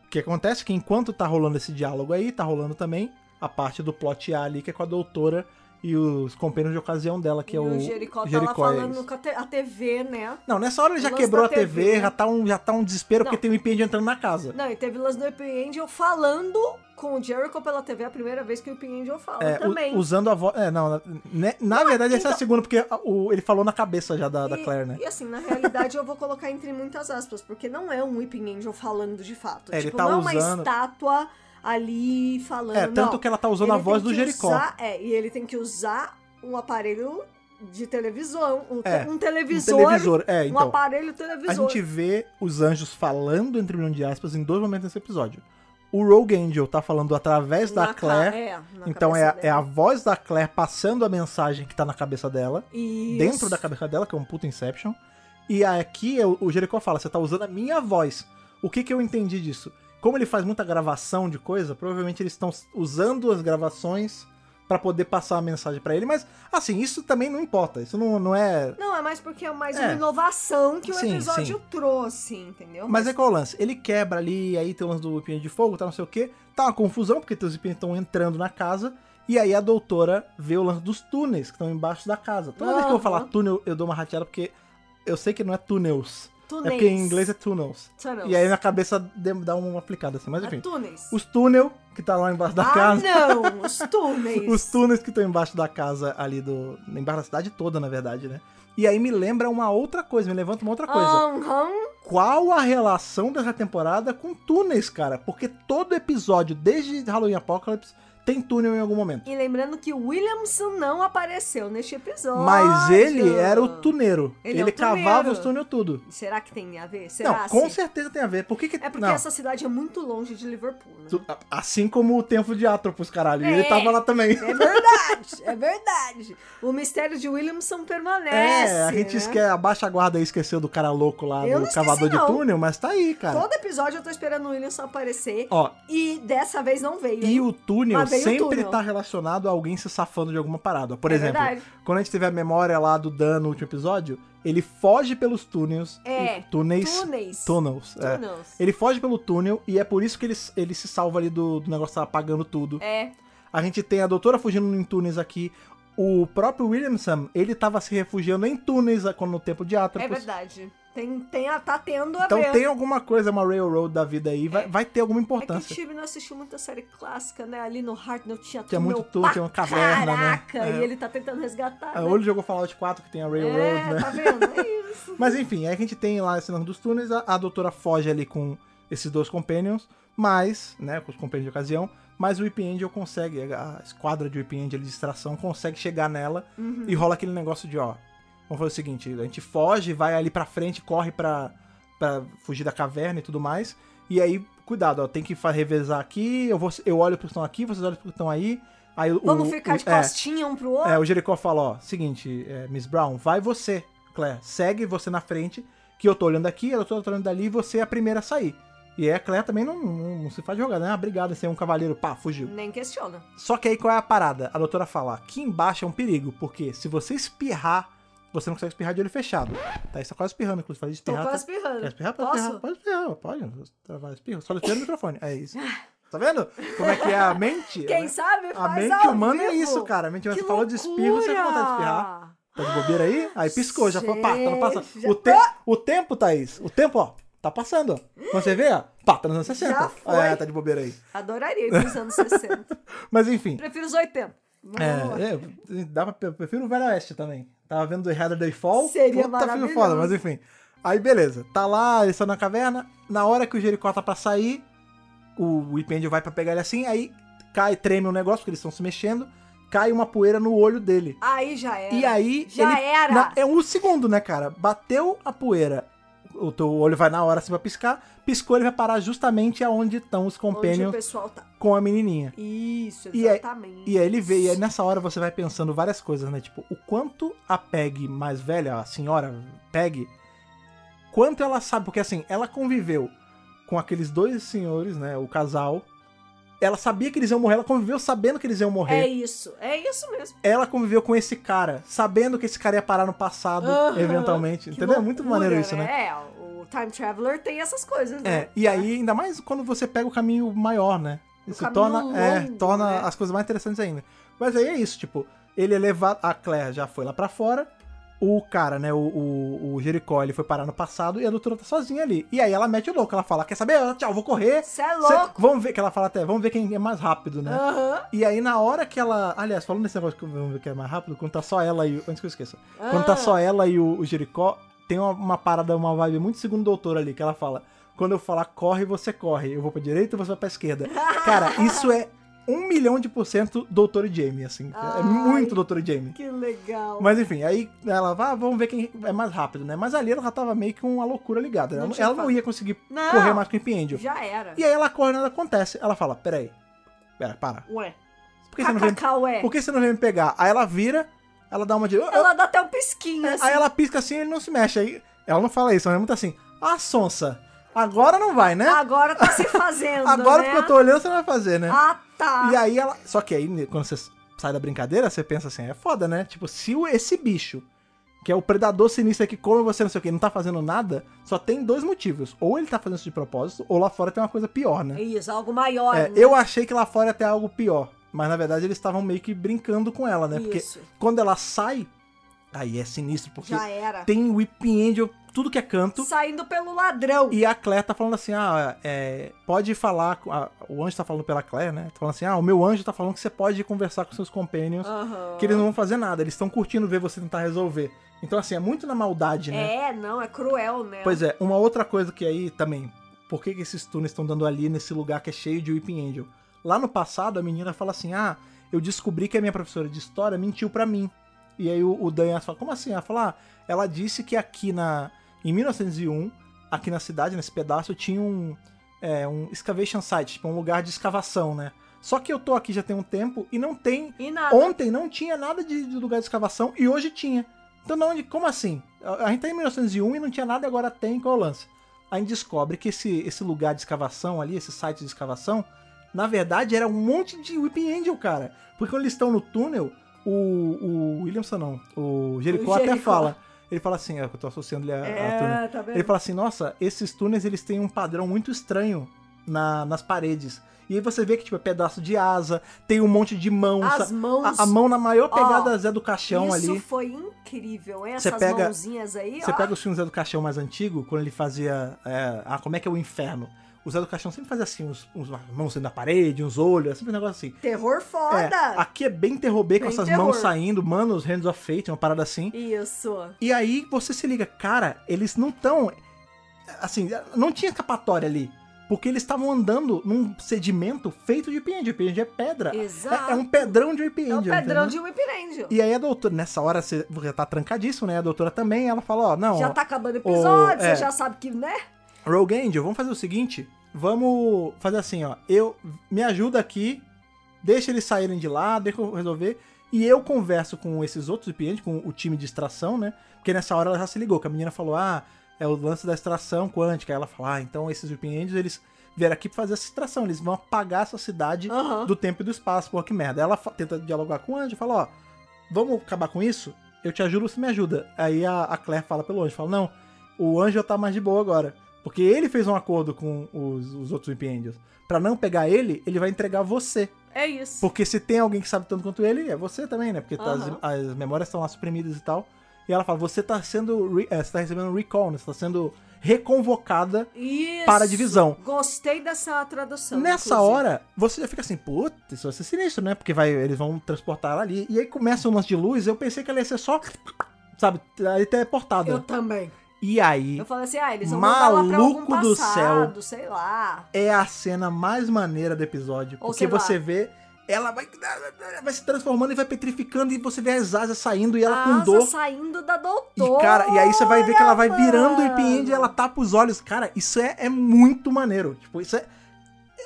O que acontece é que enquanto tá rolando esse diálogo aí, tá rolando também a parte do plot A ali, que é com a doutora e os companheiros de ocasião dela, que E é o. o Jericó tá Jericó, lá é falando isso. com a, te- a TV, né? Não, nessa hora ele já Lance quebrou da a TV, TV, né? já, tá um, já tá um desespero porque Não. tem um impende entrando na casa. Não, e teve o lance do Happy Angel falando com o Jericho pela TV, a primeira vez que o Happy Angel fala É, u- também. usando a voz. É, não. na- né- na verdade, essa é a então- segunda, porque a- o- ele falou na cabeça já da, da E- Claire, né? E assim, na realidade eu vou colocar entre muitas aspas, porque não é um Weeping Angel falando de fato. É, ele tipo, tá não é usando- uma estátua ali falando. É, tanto não. que ela tá usando a Ele voz tem do que Jericó. usar- é, e ele tem que usar um aparelho de televisão, um, te- É, um Um televisor, televisor. É, um então. aparelho A televisor. gente vê os anjos falando entre milhões de aspas em dois momentos nesse episódio. O Rogue Angel tá falando através da Na ca- Claire. é, na então é, cabeça a- é a dela. voz da Claire passando a mensagem que tá na cabeça dela. Isso. Dentro da cabeça dela, que é um puta Inception. E aqui é o o Jericó fala: você tá usando a minha voz. O que, que eu entendi disso? Como ele faz muita gravação de coisa, provavelmente eles estão usando as gravações pra poder passar a mensagem pra ele. Mas, assim, isso também não importa. Isso não, não é Não, é mais porque é mais É. uma inovação que o Sim, episódio trouxe, entendeu? Mas é qual o lance? Ele quebra ali, aí tem o lance do Pinho de Fogo, tá não sei o quê. Tá uma confusão, porque os Pinhos estão entrando na casa. E aí a doutora vê o lance dos túneis que estão embaixo da casa. Toda vez que eu vou falar Aham. túnel, eu dou uma rateada, porque eu sei que não é túneis. É túneis. porque em inglês é tunnels. Tunnels. E aí minha cabeça de- dá uma aplicada assim, mas É enfim. túneis. Os túnel que tá lá embaixo da ah, casa. (laughs) não! Os túneis. Os túneis que estão embaixo da casa ali do. Embaixo da cidade toda, na verdade, né? E aí me lembra uma outra coisa, me levanta uma outra coisa. Aham. qual a relação dessa temporada com túneis, cara? Porque todo episódio, desde Halloween Apocalypse, tem túnel em algum momento. E lembrando que o Williamson não apareceu neste episódio. Mas ele era o tuneiro. Ele, Ele é o cavava tuneiro. os túneis tudo. Será que tem a ver? Será Não, com assim? certeza tem a ver. Por que que... É porque não, essa cidade é muito longe de Liverpool, né? tu- a- Assim como o tempo de Atropos, caralho. É. Ele tava lá (laughs) também. É verdade, é verdade. O mistério de Williamson permanece. É, a gente né? esque... abaixa a guarda aí, esqueceu do cara louco lá, Eu não do esqueci, cavador de não. túnel, mas tá aí, cara. Todo episódio eu tô esperando o Williamson aparecer. Ó, E dessa vez não veio. E hein? o túnel Mas Ah, veio o sempre túnel. tá relacionado a alguém se safando de alguma parada. Por É exemplo, verdade. quando a gente teve a memória lá do Dan no último episódio, ele foge pelos túneis. É, e- Túneis. Túneis. Tunnels. é. Túneis. Ele foge pelo túnel e é por isso que ele, s- ele se salva ali do, do negócio tá apagando tudo. É. A gente tem a doutora fugindo em túneis aqui. O próprio Williamson, ele tava se refugiando em túneis a- quando no tempo de Atropos. É verdade. Tem, tem a, tá tendo a Então ver. tem alguma coisa, uma railroad da vida aí, vai, É. vai ter alguma É que o importância. Steve não assistiu muita série clássica, né? Ali no Hart não tinha Tinha muito túnel túnel, pra tinha uma caverna, né? Caraca! É. E ele tá tentando resgatar. Ah, né? Ou ele jogou Fallout 4 que tem a railroad, né? é, tá vendo? (laughs) É isso. Mas enfim, aí a gente tem lá esse lance dos túneis, a, a doutora foge ali com esses dois companions, mas, né, com os companions de ocasião, mas o Whip Angel consegue, a a esquadra de Whip Angel de distração consegue chegar nela Uhum. e rola aquele negócio de, ó, vamos fazer o seguinte, a gente foge, vai ali pra frente, corre pra, pra fugir da caverna e tudo mais, e aí, cuidado, ó, tem que fa- revezar aqui, eu, vou, eu olho pros que estão aqui, vocês olham pros que estão aí, aí o- Vamos o- ficar de o, é, costinha um pro outro? é, o Jericó fala, ó, seguinte, é, Miss Brown, vai você, Claire. Segue você na frente, que eu tô olhando aqui, eu tô olhando dali, e você é a primeira a sair. E aí a Claire também não, não- não se faz de jogada, né? Ah, obrigado, você é um cavaleiro, pá, fugiu. Nem questiona. Só que aí qual é a parada? A doutora fala, aqui embaixo é um perigo, porque se você espirrar, você não consegue espirrar de olho fechado. Tá, você tá quase espirrando, inclusive, faz Tô espirrar. tá- quase espirrando. Quer espirrar? Pode Posso? espirrar, pode espirrar, pode. Travar espirro, só espirra no microfone, é (laughs) isso. Tá vendo? Como é que é a mente? Quem né? sabe A faz mente ao humana é vivo. isso, cara. A mente humana, Que você falou de espirro, você loucura! tem vontade de espirrar. Tá de bobeira aí? Aí piscou, já foi, pá, tá no passado. Gente, já- O, te- o tempo, Thaís, o tempo, ó, tá passando, ó. Quando você vê, ó, pá, tá nos anos 60. Já foi. É, tá de bobeira aí. Adoraria ir (laughs) pros anos 60. Mas enfim, Prefiro os 80. Vamos lá. é, é, dá pra, eu prefiro o Velho Oeste também. Tava vendo The Heather Day Fall. Seria puta, filme maravilhoso. foda, mas enfim. Aí beleza, tá lá, eles estão na caverna. Na hora que o Jericó tá pra sair, o, o Impéndio vai pra pegar ele assim, aí cai, treme um negócio, porque eles estão se mexendo, cai uma poeira no olho dele. Aí já era. E aí. Já ele- era. na- é um segundo, né, cara? Bateu a poeira. O teu olho vai na hora assim pra piscar. Piscou, ele vai parar justamente aonde estão os Onde o companions pessoal tá. com a menininha. Isso, um E aí- exatamente. E aí ele é vê, e aí nessa hora você vai pensando várias coisas, né? Tipo, o quanto a Peg mais velha, a senhora Peg, quanto ela sabe, porque assim, ela conviveu com aqueles dois senhores, né? O casal. Ela sabia que eles iam morrer, ela conviveu sabendo que eles iam morrer. É isso, é isso mesmo. ela conviveu com esse cara, sabendo que esse cara ia parar no passado, Aham. eventualmente. Que Entendeu? é muito loucura, maneiro isso, né? É, o Time Traveler tem essas coisas, né? É, e aí, ainda mais quando você pega o caminho maior, né? Isso caminho torna, é, longo, torna né? as coisas mais interessantes ainda. Mas aí é isso, tipo, ele é levado. A Claire já foi lá pra fora. O cara, né, o, o, o Jericó, ele foi parar no passado e a doutora tá sozinha ali. E aí ela mete o louco, ela fala: Quer saber? Tchau, vou correr. Você é Cê- louco! Ah. vamos ver, que ela fala até, vamos ver quem é mais rápido, né? Aham, E aí, na hora que ela. Aliás, falando nesse negócio que eu vou ver que é mais rápido, quando tá só ela e. o- Antes que eu esqueça. Quando Ah. tá só ela e o, o Jericó, tem uma, uma parada, uma vibe muito segundo doutor ali, que ela fala: quando eu falar corre, você corre. Eu vou pra direita, você vai pra (laughs) esquerda. Cara, isso é um milhão de por cento doutor Jamie, assim. É Ai. muito doutor Jamie. Que legal. Mas enfim, aí ela vai, ah, vamos ver quem é mais rápido, né? Mas ali ela já tava meio que uma loucura ligada. né? Não Ela, tinha Ah. ela não fa- ia conseguir Não. correr mais com o Impendio. Já era. E aí ela corre e nada acontece. Ela fala: peraí, pera, para. Ué. Por que você não vem Cacaué. por que você não vem me pegar? Aí ela vira, ela dá uma de. Ela dá até um pisquinho, assim. Aí ela pisca assim e ele não se mexe. Aí ela não fala isso, mas é muito assim. Ah, sonsa, agora não vai, né? Agora tá (laughs) se fazendo, agora né? porque eu tô olhando, você não vai fazer, né? Ah, tá. E aí ela. Só que aí, né, quando você sai da brincadeira, você pensa assim, é foda, né? Tipo, se o- esse bicho, que é o predador sinistro que come você, não sei o que, não tá fazendo nada, só tem dois motivos. Ou ele tá fazendo isso de propósito, ou lá fora tem uma coisa pior, né? Isso, algo maior, É, né? eu achei que lá fora ia ter algo pior. Mas na verdade eles estavam meio que brincando com ela, né? Porque Isso, quando ela sai, aí é sinistro, porque já era. tem o Whip Angel, tudo que é canto. Saindo pelo ladrão. E a Claire tá falando assim: ah, é, pode falar. com- ah, o anjo tá falando pela Claire, né? Tá falando assim: ah, o meu anjo tá falando que você pode conversar com seus companions, Aham. que eles não vão fazer nada, eles estão curtindo ver você tentar resolver. Então, assim, é muito na maldade, né? É, não, é cruel, né? Pois é, uma outra coisa que aí também. Por que, que esses túneis estão dando ali nesse lugar que é cheio de Weeping Angel? Lá no passado, a menina fala assim: Ah, eu descobri que a minha professora de história mentiu pra mim. E aí o, o Dan Yass fala: Como assim? Ela fala: ah, Ela disse que aqui na. Em 1901, aqui na cidade, nesse pedaço, tinha um. É, um excavation site, tipo um lugar de escavação, né? Só que eu tô aqui já tem um tempo e não tem E nada. Ontem não tinha nada de, de lugar de escavação e hoje tinha. Então, não, onde- como assim? A a gente tá em 1901 e não tinha nada e agora tem, qual é o lance? A gente descobre que esse, esse lugar de escavação ali, esse site de escavação, na verdade era um monte de Weeping Angel, cara. Porque quando eles estão no túnel, o, o Williamson não, o Jericó O até Jericó. fala. Ele fala assim, é, eu tô associando ele a, a túnel. É, tá vendo? Ele fala assim, nossa, esses túneis eles têm um padrão muito estranho na- nas paredes. E aí você vê que, tipo, é pedaço de asa, tem um monte de mão. As sa- mãos. a, a mão na maior pegada Ó, Zé do Caixão Isso ali. foi incrível, hein? Essas pega- mãozinhas aí, Você ó. pega os filmes Zé do Caixão mais antigo, quando ele fazia. é, ah, como é que é o inferno? O Zé do Caixão sempre fazia assim, uns, uns umas mãos saindo da parede, uns olhos, é sempre um negócio assim. Terror É, foda. aqui é bem terror B, com Bem essas terror. mãos saindo, mano, os Hands of Fate, uma parada assim. Isso. E aí você se liga, cara, eles não estão. Assim, não tinha escapatória ali. Porque eles estavam andando num sedimento feito de pinhão. Pinhão é pedra. É- Exato. É, um pedrão de É pinhão. o pedrão de Whip Angel. E aí a doutora, nessa hora você você tá trancadíssimo, né? A doutora também, ela fala, ó, não, Já tá acabando o episódio, Então, o- você é. já sabe que, né? Rogue Angel, vamos fazer o seguinte, vamos fazer assim, ó, eu, me ajuda aqui, deixa eles saírem de lá, deixa eu resolver, e eu converso com esses outros clientes, com o time de extração, né? Porque nessa hora ela já se ligou, que a menina falou, ah, é o lance da extração quântica, aí ela fala, ah, então esses Angels, eles vieram aqui pra fazer essa extração, eles vão apagar essa cidade Aham. do tempo e do espaço, porra, que merda. Ela fa- tenta dialogar com o anjo e fala, ó, vamos acabar com isso? Eu te ajudo, você me ajuda. Aí a, a Claire fala pelo anjo, fala, não, o anjo tá mais de boa agora. Porque ele fez um acordo com os, os outros Whip Angels. Pra não pegar ele, ele vai entregar você. É isso. Porque se tem alguém que sabe tanto quanto ele, é você também, né? Porque tá- Aham. as, as memórias estão lá suprimidas e tal. E ela fala, você tá sendo. Re, eh, você tá recebendo um recall, né? Você tá sendo reconvocada Isso. para a divisão. Gostei dessa tradução. Nessa inclusive. hora, você já fica assim, puta, isso vai ser sinistro, né? Porque vai, eles vão transportar ela ali. E aí começa um lance de luz, eu pensei que ela ia ser só. Sabe, aí teleportada. Eu também. E aí Eu falei assim, ah, eles vão mandar lá pra algum Maluco do passado, sei lá. é a cena mais maneira do episódio. Ou Porque sei lá. você vê. Ela vai, vai se transformando e vai petrificando, e você vê as asas saindo e ela a com asa dor. saindo da E, doutora. cara, e aí você vai ver que ela vai virando mano. o Ipinhead e ela tapa os olhos. Cara, isso é, é muito maneiro. Tipo, isso é.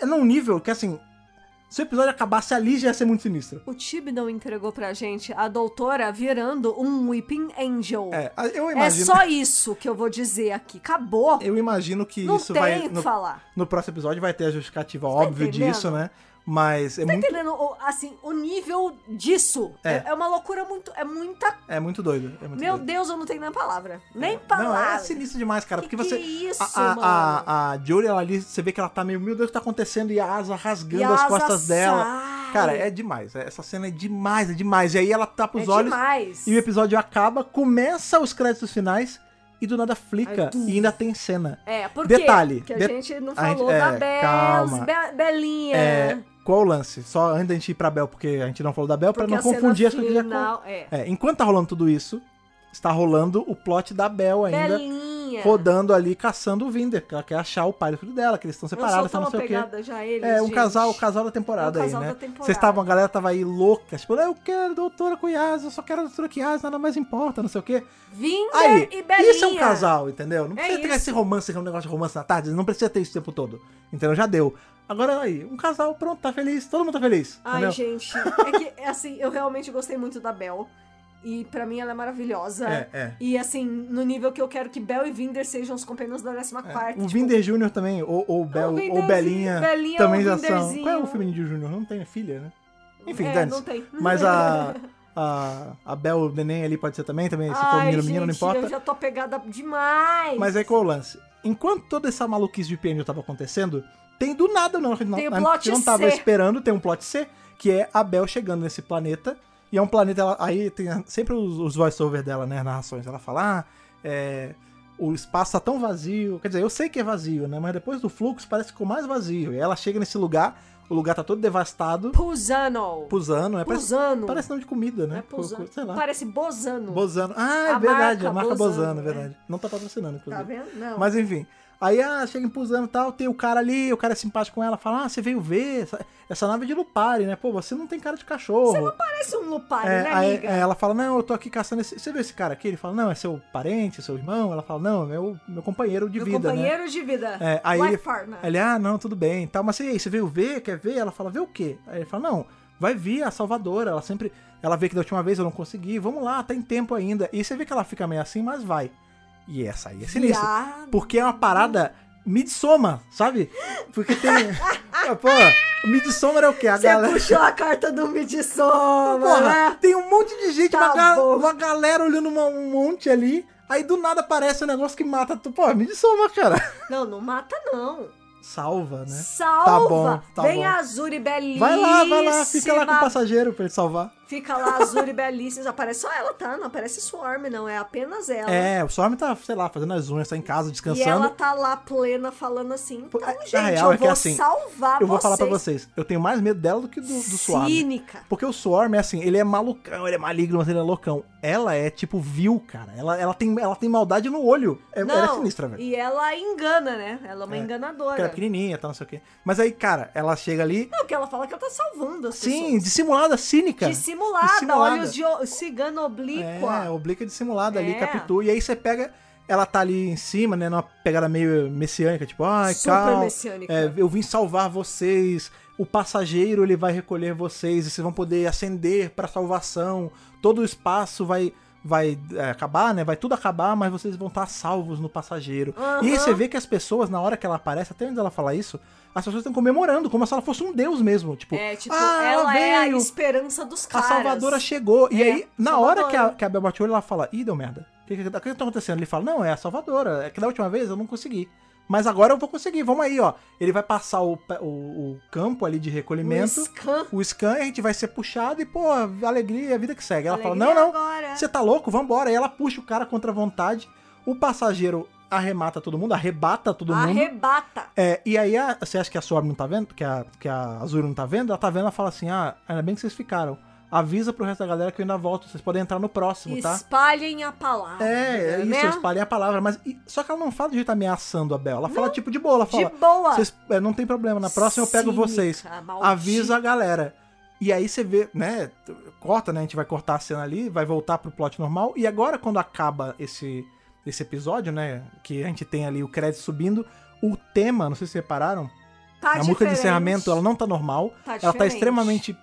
É num nível que assim. Se o episódio acabasse ali, já ia ser muito sinistro. O Tib não entregou pra gente a doutora virando um Weeping Angel. É, a- eu É imagino. só isso que eu vou dizer aqui. Acabou. Eu imagino que não isso tem vai. o que No, falar. no próximo episódio vai ter a justificativa, óbvio, entendendo? tá disso, né? Mas é, muito, Entendendo? O- Assim, o nível disso É. é, é uma loucura muito. É muita. é muito doido. É muito Meu doido. Deus, eu não tenho nem palavra. Nem Não, palavra. é sinistro demais, cara. Que porque você. que é isso, a, a, mano? a, a Jory, ela ali, você vê que ela tá meio, meu Deus, o que tá acontecendo? E a asa rasgando E a as asa costas dela. sai. Cara, é demais. é- Essa cena é demais, é demais. E aí ela tapa os É olhos demais. e o episódio acaba, começa os créditos finais e do nada flica Aí, tum. e ainda tem cena. É, por Detalhe, quê? Porque a de- gente não a gente- falou é, da Bel, calma. Be- Belinha. É, qual o lance? Só antes da gente ir pra Bel, porque a gente não falou da Bel, pra porque não a cena confundir as coisas. Já... final, é. É, enquanto tá rolando tudo isso, está rolando o plot da Bel ainda. Belinha. Rodando ali, caçando o Vinder, que ela quer achar o pai do filho dela, que eles estão Lançou separados, tá tão não sei o quê. pegada já eles, É, um gente. casal, o casal da temporada É o aí, casal né? da temporada. Vocês estavam, a galera tava aí louca, tipo, eu quero doutora Cuiaz, eu só quero a doutora Cuiaz, nada mais importa, não sei o quê. Vinder Aí, e Belinha. isso é um casal, entendeu? Não É precisa ter isso. esse romance, que é um negócio de romance na tarde, não precisa ter isso o tempo todo, entendeu? Já deu. Agora aí, um casal, pronto, tá feliz, todo mundo tá feliz, Ai, entendeu? gente. É que, é assim, eu realmente gostei muito da Bel. E pra mim ela é maravilhosa. É, é. E assim, no nível que eu quero que Bel e Vinder sejam os companheiros da 14 quarta. É, tipo, é O Vinder Júnior também, ou, ou, Bel, ou um- Vinderzinho, Belinha, Belinha também ou já são. Vinderzinho. Qual é o filme de Júnior? Não tem filha, né? Enfim, é, dane-se. não tem. Mas (laughs) a, a, a Bel Neném ali pode ser também, também se for Ai, menino ou gente, menina, não importa. eu já tô pegada demais. Mas aí qual é o lance? Enquanto toda essa maluquice de PNU tava acontecendo, tem do nada, não, não, Tem o a gente plot não tava C. esperando, tem um plot C, que é a Bel chegando nesse planeta, e é um planeta, ela- aí tem a- sempre os, os voice-over dela, né, narrações, ela fala, ah, é, o espaço tá tão vazio, quer dizer, eu sei que é vazio, né, mas depois do fluxo parece que ficou mais vazio, e ela chega nesse lugar, o lugar tá todo devastado, Pusano. pusando, né, parece, Pusano. parece nome de comida, Não é né, Pusano. sei lá, Parece Bozano. Bozano, ah, é A verdade, marca a marca Bozano, Bozano, é é. verdade, não tá patrocinando, inclusive. Tá vendo? Não. Mas enfim. Aí ah, chega impulsando e tal, tem o cara ali, o cara é simpático com ela, fala: Ah, você veio ver essa, essa nave de Lupari, né? Pô, você não tem cara de cachorro. Parece um Lupari, É, né, aí, amiga? é, ela fala: Não, eu tô aqui caçando esse. Você viu esse cara aqui? Ele fala: Não, é seu parente, seu irmão? Ela fala: Não, é meu, meu companheiro de Meu vida, né? companheiro de vida. É, aí Life ele- partner. Ele, ah, não, tudo bem e tal. Mas e aí, você veio ver? Quer ver? Ela fala, vê o quê? Aí ele fala, não, vai vir a Salvadora. Ela sempre. Ela vê que da última vez eu não consegui. Vamos lá, tem tempo ainda. E você vê que ela fica meio assim, mas vai. E essa aí é sinistra. Viado. Porque é uma parada midsoma, sabe? Porque (laughs) tem. Ah, Pô, midsoma é o quê? A Você galera. puxou a carta do Midsommar, Porra, né? tem um monte de gente, Tá uma, ga- bom. uma galera olhando uma- um monte ali. Aí do nada aparece um negócio que mata tu. Pô, midsoma, cara. Não, não mata, não. Salva, né? Salva. Tá bom, tá Vem bom. a Azuri belíssima. Vai lá, vai lá, fica lá com o passageiro pra ele salvar. Fica lá, Azuri belíssima. Aparece só ela, tá? Não aparece Swarm, não. É apenas ela. É, o Storm tá, sei lá, fazendo as unhas, tá em casa, E ela descansando. tá lá plena falando assim. Pô, Então, a- a gente, real eu é que vou assim, salvar Eu vou falar pra tá vocês. vocês, eu tenho mais medo dela do que do, do Swarm. Cínica. Porque o Swarm é assim, ele é malucão, ele é maligno, mas ele é loucão. Ela é tipo vil, cara. Ela, ela, tem, ela tem maldade no olho. É, Não, ela é sinistra, velho. E ela engana, né? Ela é uma É, enganadora. Porque ela é pequenininha, tá, não sei o quê. Mas aí, cara, ela chega ali, Não, porque ela fala que ela tá salvando as sim, pessoas. dissimulada, cínica. Dissimulada, dissimulada. olhos de o- cigano É, oblíqua. oblíqua dissimulada ali, É. captura. E aí você pega, ela tá ali em cima, né, numa pegada meio messiânica, tipo, ai, Super calma. messiânica. É, eu vim salvar vocês. O passageiro ele vai recolher vocês e vocês vão poder ascender pra salvação. Todo o espaço vai vai é, acabar, né? Vai tudo acabar, mas vocês vão estar salvos no passageiro. Aham. E aí você vê que as pessoas na hora que ela aparece, até antes dela falar isso, as pessoas estão comemorando como se ela fosse um deus mesmo, tipo, É, tipo, "Ah, ela é a veio, esperança dos a caras. salvadora chegou. E É, aí, na salvadora. hora que a, que a Bel bate o olho, ela fala, ih, deu merda. O que, que, que tá acontecendo? Ele fala, não, é a salvadora. É que da última vez eu não consegui. Mas agora eu vou conseguir, vamos aí, ó. Ele vai passar o, pe- o, o campo ali de recolhimento, O scan. o scan, a gente vai ser puxado e, pô, alegria, a vida que segue. Ela Alegria fala, não, não, tá Agora. você tá louco? Vambora. Aí ela puxa o cara contra a vontade. O passageiro arremata todo mundo, arrebata todo mundo. Arrebata. É, e aí a- você acha que a Swarm não tá vendo? Que a, que a Azura não tá vendo? Ela tá vendo, ela fala assim: ah, ainda bem que vocês ficaram. Avisa pro resto da galera que eu ainda volto. Vocês podem entrar no próximo, tá? Espalhem a palavra. É, é isso, né? eu espalhei a palavra, mas. e- só que ela não fala de jeito ameaçando a Bel. Ela fala tipo de boa, ela De fala. boa. "Vocês- é, não tem problema, na próxima eu pego Cínica, vocês. maldita. Avisa a galera. E aí você vê, né? t- Corta, né? A gente vai cortar a cena ali, vai voltar pro plot normal. E agora, quando acaba esse, esse episódio, né? Que a gente tem ali o crédito subindo, o tema, não sei se repararam, é Tá a música de diferente. encerramento ela não tá normal. Tá ela tá diferente. extremamente.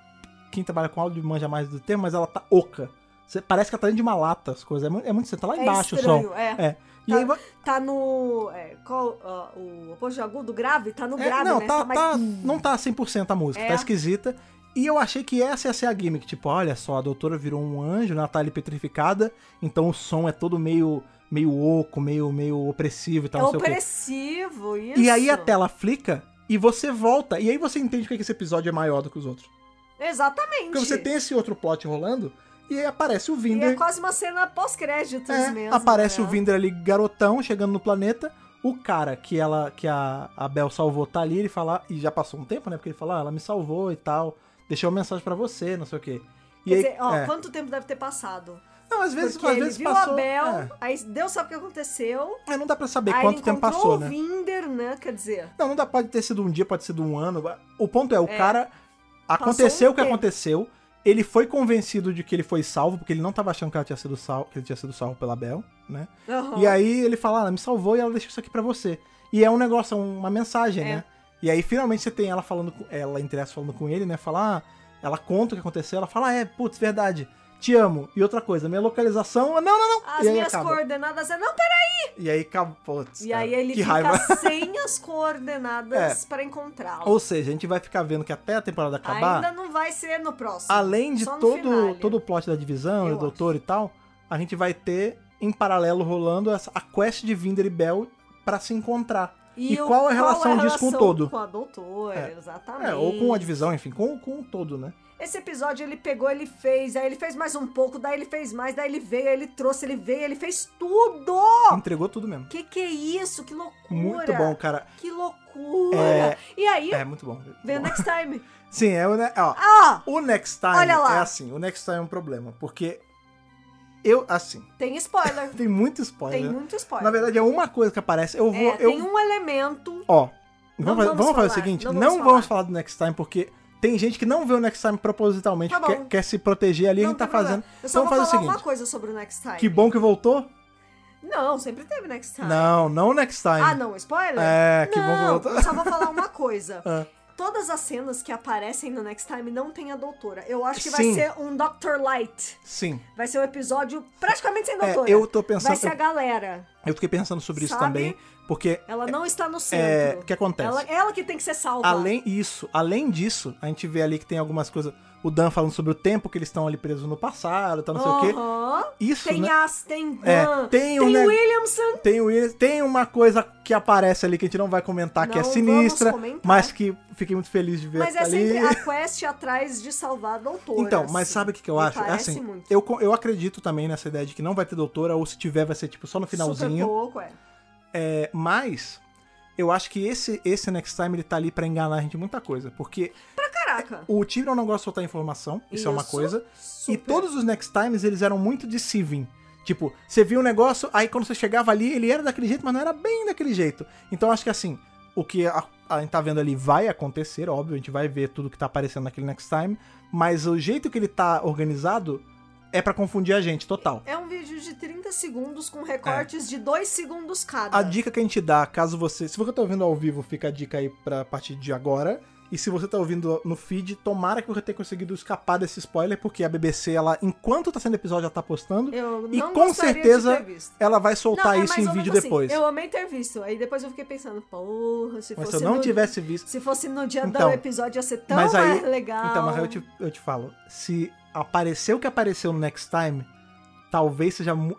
Quem trabalha com áudio manja mais do tema, mas ela tá oca. Você- parece que ela tá dentro de uma lata, as coisas. É mu- É muito. Você tá lá É embaixo o som. estranho, é. É. E Tá- aí, vai- Tá no. é, qual, ah, o oposto de agudo grave? Tá no é, grave, não, né? tá, mais- tá- não tá 100% a música, É. tá esquisita. E eu achei que essa ia ser a gimmick. Tipo, olha só, a doutora virou um anjo, né? ela tá ali petrificada, então o som é todo meio, meio oco, meio, meio opressivo e tal, é não sei o quê. opressivo, isso. E aí a tela flica e você volta. E aí você entende porque que esse episódio é maior do que os outros. Exatamente. Porque você tem esse outro plot rolando e aí aparece o E Vinder. é quase uma cena pós-créditos É, mesmo. aparece né? o Vinder ali, garotão, chegando no planeta. O cara que ela que a, a Bel salvou tá ali, ele fala. E já passou um tempo, né? Porque ele fala, ah, ela me salvou e tal. Deixou uma mensagem pra você, não sei o quê. E Quer aí, dizer, ó, é. quanto tempo deve ter passado? Não, às vezes, Porque às ele vezes viu passou. a Bel, é. aí Deus sabe o que aconteceu. É, não dá pra saber aí quanto ele tempo encontrou passou, o né? Vinder, né? Quer dizer, Não, não dá, pode ter sido um dia, pode ter sido um ano. O ponto é, o cara Passou aconteceu um o que tempo. aconteceu. Ele foi convencido de que ele foi salvo, porque ele não tava achando que ela tinha sido salvo, que ele tinha sido salvo pela Bel, né? aham, E aí ele fala, "Ah, ela me salvou e ela deixou isso aqui pra você. E é um negócio, é uma mensagem, É. né? E aí finalmente você tem ela falando, com- ela interessa falando com ele, né? Fala, ah, ela conta o que aconteceu, ela fala, ah, é, putz, verdade, te amo. E outra coisa, minha localização, ah, não, não, não. as e aí minhas acaba. coordenadas. é- Não, E aí acaba, putz, E cara, aí ele que fica raiva. (laughs) É. sem as coordenadas pra encontrá-lo. Ou tá seja, a gente vai ficar vendo que até a temporada acabar, Ainda não vai ser no próximo. além de só no todo, finale. todo o plot da divisão, Eu do doutor e tal, a gente vai ter em paralelo rolando essa- a quest de Vinder e Bell pra se encontrar. e o- qual é a relação disso com relação todo? Com a doutora, É. exatamente. É, ou com a divisão, enfim, com, com o todo, né? Esse episódio ele pegou, ele fez, aí ele fez mais um pouco, daí ele fez mais, daí ele veio, aí ele trouxe, ele veio, ele fez tudo! Entregou tudo mesmo. Que que é isso? Que loucura! Muito bom, cara. Que loucura! E aí, É, muito bom. vem o (laughs) Next Time. Sim, é o, ne- ó, Ah, o Next Time Olha lá. é assim, o Next Time é um problema, porque eu, assim, tem spoiler. tem muito spoiler. tem né? muito spoiler. Na verdade, é uma coisa que aparece. Eu vou. É, eu, tem um elemento. Ó, Não vamos, fazer, vamos vamos fazer falar, o seguinte: não não, vamos vamos, falar. falar. do Next Time, porque tem gente que não vê o Next Time propositalmente, Tá bom. quer, quer se proteger ali, a não gente tá tem problema. fazendo. Eu só então vamos vou fazer falar o uma seguinte: coisa sobre o Next Time. que bom que voltou? Não, sempre teve Next Time. Não, não o Next Time. Ah, não, spoiler? É, que bom que não, voltou. (laughs) eu só vou falar uma coisa. Ah. Todas as cenas que aparecem no Next Time não tem a doutora. Eu acho que vai Sim. ser um Dr. Light. Sim. Vai ser um episódio praticamente sem É, doutora. eu tô né? Vai pensando. ser a galera. Eu fiquei pensando sobre isso Sabe? também, porque Ela não está no centro. é, o que acontece? ela, ela que tem que ser salva. Além isso, além disso, a gente vê ali que tem algumas coisas, o Dan falando sobre o tempo que eles estão ali presos no passado, tá não sei o quê. Aham. Isso, Tem né? as, tem É, Dan, tem o um neg- Williamson. Tem, o Willis- tem uma coisa que aparece ali que a gente não vai comentar, que é Não sinistra, vamos comentar. mas que fiquei muito feliz de ver Mas é ali. sempre a quest atrás de salvar a doutora. Então, mas assim. sabe o que, que eu Me acho? É Parece Assim, muito. eu, co- eu acredito também nessa ideia de que não vai ter doutora, ou se tiver, vai ser tipo só no Super finalzinho. pouco, é. É, mas eu acho que esse, esse Next Time ele tá ali pra enganar a gente em muita coisa. Porque Pra caraca. o Tyrion não gosta de soltar informação, isso, é uma Isso, coisa. E super. todos os Next Times eles eram muito deceiving. Tipo, você viu um negócio, aí quando você chegava ali, ele era daquele jeito, mas não era bem daquele jeito. Então acho que assim, o que a, a gente tá vendo ali vai acontecer, óbvio, a gente vai ver tudo que tá aparecendo naquele Next Time, mas o jeito que ele tá organizado é pra confundir a gente, total. É um vídeo de 30 segundos É. com recortes de 2 segundos cada. A dica que a gente dá, caso você. Se você tá ouvindo ao vivo, fica a dica aí pra partir de agora. E se você tá ouvindo no feed, tomara que você tenha conseguido escapar desse spoiler, porque a BBC, ela, enquanto tá sendo episódio, já tá postando. Eu não E com gostaria certeza de ter visto. ela vai Não, soltar é isso mais em ou vídeo menos depois. Assim, eu amei ter visto. Aí depois eu fiquei pensando, porra, se Mas fosse se eu não no... tivesse visto. Se fosse no dia do Então, episódio, ia ser tão mas aí- mais legal. Então, mas aí eu te, eu te falo. Se apareceu o que apareceu no Next Time, talvez seja. mu-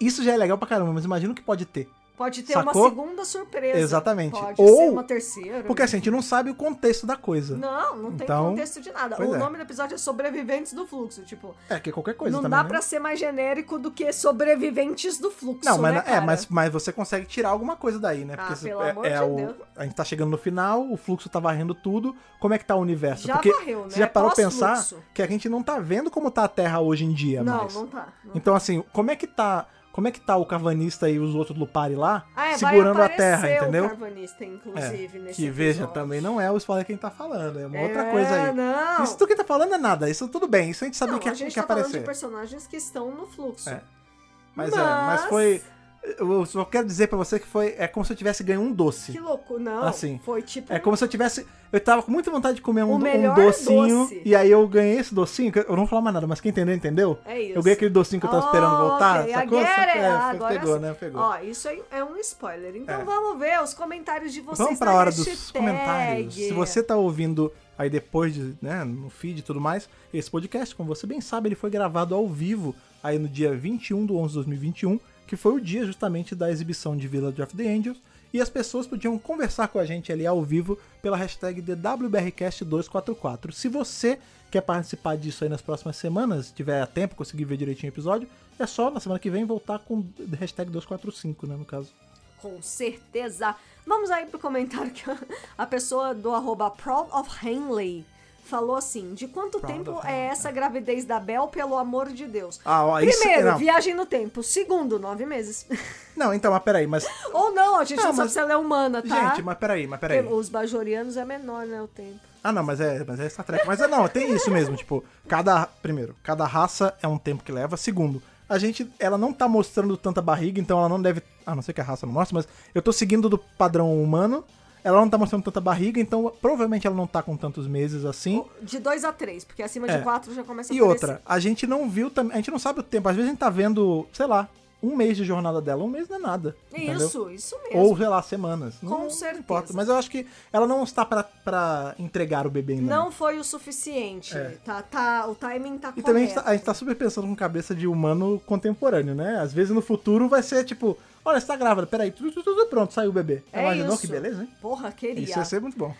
Isso já é legal pra caramba, mas imagina o que pode ter. Pode ter Sacou? uma segunda surpresa. Exatamente. Pode Ou- ser uma terceira. Porque assim, a gente não sabe o contexto da coisa. Não, não tem Então, contexto de nada. pois O é. nome do episódio é Sobreviventes do Fluxo. Tipo, É, que é qualquer coisa não também. dá né? pra ser mais genérico do que Sobreviventes do Fluxo. Não, mas, né, é, cara? mas, mas você consegue tirar alguma coisa daí, né? Porque Ah, se- pelo é, amor é de o- Deus. a gente tá chegando no final, o fluxo tá varrendo tudo. Como é que tá o universo? Já Porque varreu, né? você já parou a pensar Pós-fluxo. que a gente não tá vendo como tá a Terra hoje em dia, Não, mais. não tá. não. Então, assim, como é que tá. Como é que tá o Carvanista e os outros Lupari lá Ah, é, segurando vai a terra, aparecer entendeu? É, O carvanista, inclusive, nesse que veja, episódio. também não é o spoiler quem tá falando, é uma outra É, coisa aí. Não. Isso do que tá falando é nada, isso tudo bem, isso a gente sabia não, que, é, a que gente tá falando aparecer. de personagens que estão no fluxo. É. Mas, é, mas Mas- foi. Eu só quero dizer pra você que foi. É como se eu tivesse ganho um doce. Que louco, não. Assim, Foi tipo. É como se eu tivesse. Eu tava com muita vontade de comer um, O um melhor docinho. doce. E aí eu ganhei esse docinho. que Eu não vou falar mais nada, mas quem entendeu, entendeu? É isso. Eu ganhei aquele docinho que eu tava esperando Oh, voltar. ok, Sacou? I get it. Sacou? É, Ah, foi- agora pegou, sim. né? Pegou. Ó, isso aí é um spoiler. Então É. vamos ver os comentários de vocês. Vamos pra na hora dos hashtag. comentários. Se você tá ouvindo aí depois, de, né, no feed e tudo mais, esse podcast, como você bem sabe, ele foi gravado ao vivo aí no dia 21 do 11 de 2021, que foi o dia justamente da exibição de Village of the Angels. E as pessoas podiam conversar com a gente ali ao vivo pela hashtag DWBRCast244. Se você quer participar disso aí nas próximas semanas, tiver tempo, conseguir ver direitinho o episódio, é só na semana que vem voltar com hashtag 245, né, no caso. Com certeza. Vamos aí pro comentário que a- a pessoa do arroba Proud of Henley falou assim: de quanto Proud tempo of Henley, é essa gravidez da Bel, pelo amor de Deus? Ah, ó, isso- Primeiro, não. viagem no tempo. Segundo, nove meses. Não, então, mas peraí, mas Ou não, a gente Não, não, Ah, mas- sabe se ela é humana, tá? Gente, mas peraí, mas peraí. Os bajorianos é menor, né, o tempo. Ah, não, mas é, mas é Star Trek. Mas é, não, tem isso mesmo. Tipo, cada. Primeiro, cada raça é um tempo que leva. Segundo, a gente. Ela não tá mostrando tanta barriga, então ela não deve. A não ser que a raça não mostre, mas eu tô seguindo do padrão humano. Ela não tá mostrando tanta barriga, então provavelmente ela não tá com tantos meses assim. De dois a três, porque acima É. de quatro já começa a E aparecer. outra, a gente não viu também. A gente não sabe o tempo. Às vezes a gente tá vendo, sei lá, um mês de jornada dela. Um mês não é nada. entendeu? Isso, isso mesmo. Ou, sei lá, semanas. Com não, certeza. Não importa. Mas eu acho que ela não está pra, pra entregar o bebê ainda. Não foi o suficiente. né? É. Tá, tá, o timing tá E correto. também a gente, tá, a gente tá super pensando com cabeça de humano contemporâneo, né? Às vezes no futuro vai ser tipo, olha, você tá grávida, peraí, tudo, tudo, tudo pronto, saiu o bebê. É Imaginou isso. que beleza, hein? Porra, queria. Isso ia ser muito bom.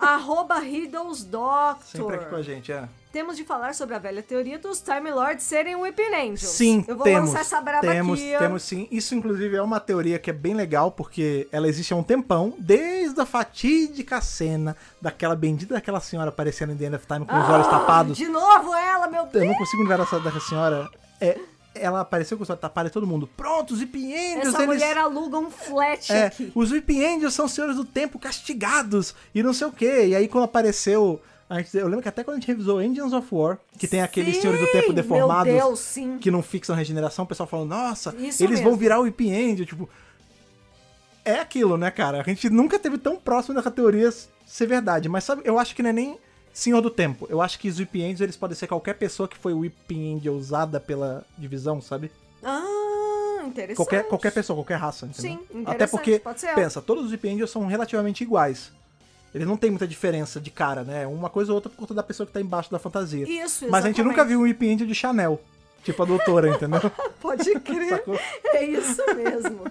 Arroba Riddles Doctor. Sempre aqui com a gente, é. Temos de falar sobre a velha teoria dos Time Lords serem Weeping Angels. Sim, Eu vou temos. lançar essa braba temos, aqui. ó. temos sim. Isso, inclusive, é uma teoria que é bem legal, porque ela existe há um tempão, desde a fatídica cena daquela bendita daquela senhora aparecendo em The End of Time com os olhos Ah, tapados. De novo ela, meu Deus. Eu não consigo lembrar dessa, dessa senhora. É, ela apareceu com os olhos tapados e todo mundo, prontos e pinhentos, Essa eles... mulher aluga um flat É, aqui. os Whip Angels são senhores do tempo castigados e não sei o quê. E aí quando apareceu. a gente- eu lembro que até quando a gente revisou Angels of War, que tem aqueles Sim, senhores do tempo deformados Meu Deus, sim. que não fixam regeneração, o pessoal falou, nossa, Isso eles vão mesmo. virar o Whip Angel, tipo. É aquilo, né, cara? A gente nunca teve tão próximo dessa teoria ser verdade. Mas sabe, eu acho que não é nem Senhor do Tempo. Eu acho que os Whip Angels, eles podem ser qualquer pessoa que foi Whip Angel usada pela divisão, sabe? Ah, interessante. Qualquer, qualquer pessoa, qualquer raça, entendeu? Sim, interessante, Até porque, pode ser. pensa, todos os Weep Angels são relativamente iguais. Eles não tem muita diferença de cara, né? Uma coisa ou outra por conta da pessoa que tá embaixo da fantasia. Isso, Mas a gente nunca exatamente. viu um Weep Angel de Chanel. Tipo a doutora, (laughs) entendeu? (laughs) Pode crer. Sacou? É isso mesmo.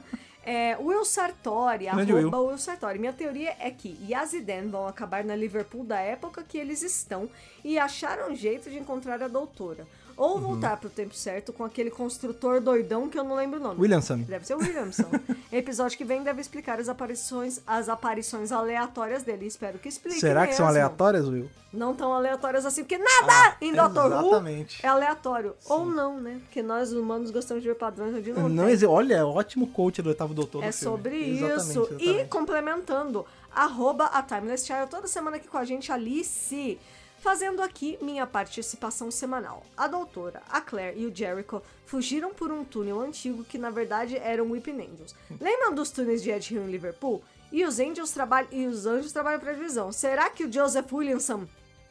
É, Will Sartori, Grande arroba Will. Sartori. Minha teoria é que Yaz e Dan vão acabar na Liverpool da época que eles estão e acharam um jeito de encontrar a doutora. Uhum. Ou voltar pro tempo certo com aquele construtor doidão que eu não lembro o nome. Williamson. Deve ser o (laughs) Williamson. Episódio que vem deve explicar as aparições, as aparições aleatórias dele. Espero que explique. Será que são mesmo. aleatórias, Will? Não tão aleatórias assim, porque nada em Doctor Who Ah, Exatamente. é aleatório. Ou não, né? Porque nós humanos gostamos de ver padrões onde não, Não tem. exi- Olha, é ótimo coach do oitavo doutor. É do filme. sobre Exatamente, isso. E exatamente. complementando, arroba a Timeless Child toda semana aqui com a gente, Alice. Fazendo aqui minha participação semanal. A doutora, a Claire e o Jericho fugiram por um túnel antigo que na verdade eram Weeping Angels. Lembram dos túneis de Ed Hill em Liverpool? E os Angels trabalham e os anjos trabalham para a divisão. Será que o Joseph Williamson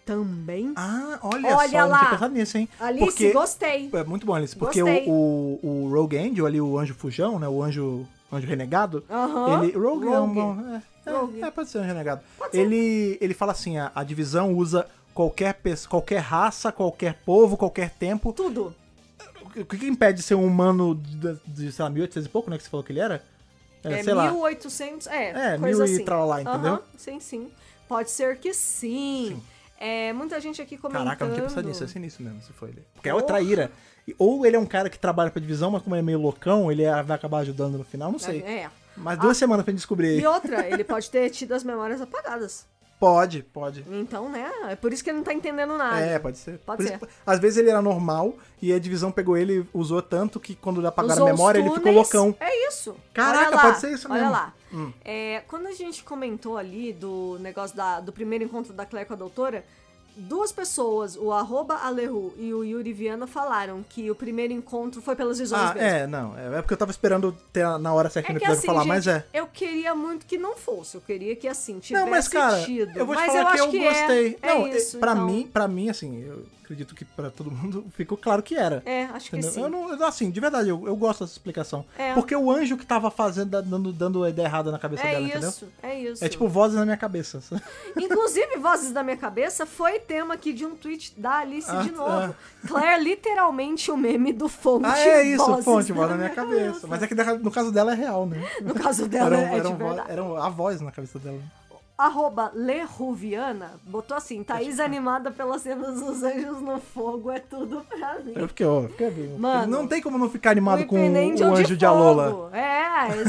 também? Ah, olha, Olha só, não lá. tinha pensado nisso, hein? Alice, Porque- gostei. É muito bom, Alice, porque o, Gostei. o, o Rogue Angel ali, o anjo fujão, né? O anjo, anjo renegado. Aham. Ele, Rogue, é um Rogue. bom. É, é, Rogue. é, pode ser um renegado. Pode ser. Ele, ele fala assim: a, a divisão usa qualquer, pessoa, qualquer raça, qualquer povo, qualquer tempo. Tudo. O que, o que impede de ser um humano de, de sei lá, 1800 e pouco, né? Que você falou que ele era? É, sei lá. 1800, é, É, coisa mil assim. e tralá, entendeu? Aham, sim, sim. Pode ser que sim. É, muita gente aqui comentando. Caraca, eu não tinha pensado nisso, é sinistro mesmo, se foi ele. Porque é outra ira. E- Ou ele é um cara que trabalha pra divisão, mas como ele é meio loucão, ele é- vai acabar ajudando no final, não sei. É. Mas duas semanas pra gente descobrir. E outra, ele pode ter tido as memórias apagadas. Pode, pode. Então, né? É por isso que ele não tá entendendo nada. É, pode ser. Pode Por ser. isso- às vezes ele era normal e a divisão pegou ele e usou tanto que quando apagaram Usou a os memória ele ficou túneis. loucão. É isso. Caraca, Olha lá, pode ser isso olha mesmo. Hum. lá. É, quando a gente comentou ali do negócio da- do primeiro encontro da Claire com a doutora, duas pessoas, o arroba Alehu e o Yuri Viana, falaram que o primeiro encontro foi pelas visões Ah, mesmo. é, não. É, é porque eu tava esperando ter a- na hora certa É no que episódio assim, falar, gente, mas é. eu queria muito que não fosse. Eu queria que assim tivesse Não, mas cara, tido. eu vou te mas falar que acho eu que é- gostei. É, não, é- isso, pra então. mim, para mim assim, eu acredito que pra todo (laughs) mundo ficou claro que era. É, acho que Entendeu? sim. Eu não, eu- assim, de verdade, eu, eu gosto dessa explicação. É. Porque o anjo que tava fazendo, da- dando, dando a ideia errada na cabeça É dela, entendeu? isso, é isso. É tipo vozes na minha (laughs) cabeça. Inclusive, Vozes da Minha Cabeça foi tema aqui de um tweet da Alice Ah, de novo. ah. Claire, literalmente o meme do Fonte. ah, é isso, Vozes fonte, da voz na minha cabeça. Mas é que da- no caso dela é real, né? No caso dela, Era, um- é era, de um vo- verdade. era um- a voz na cabeça dela. Arroba Lerruviana botou assim, Thaís animada pelas cenas dos anjos no fogo, é tudo pra mim. Eu fiquei, ó, eu fiquei bem. Mano, não tem como não ficar animado O com Infinity é o anjo de Alola. fogo. É,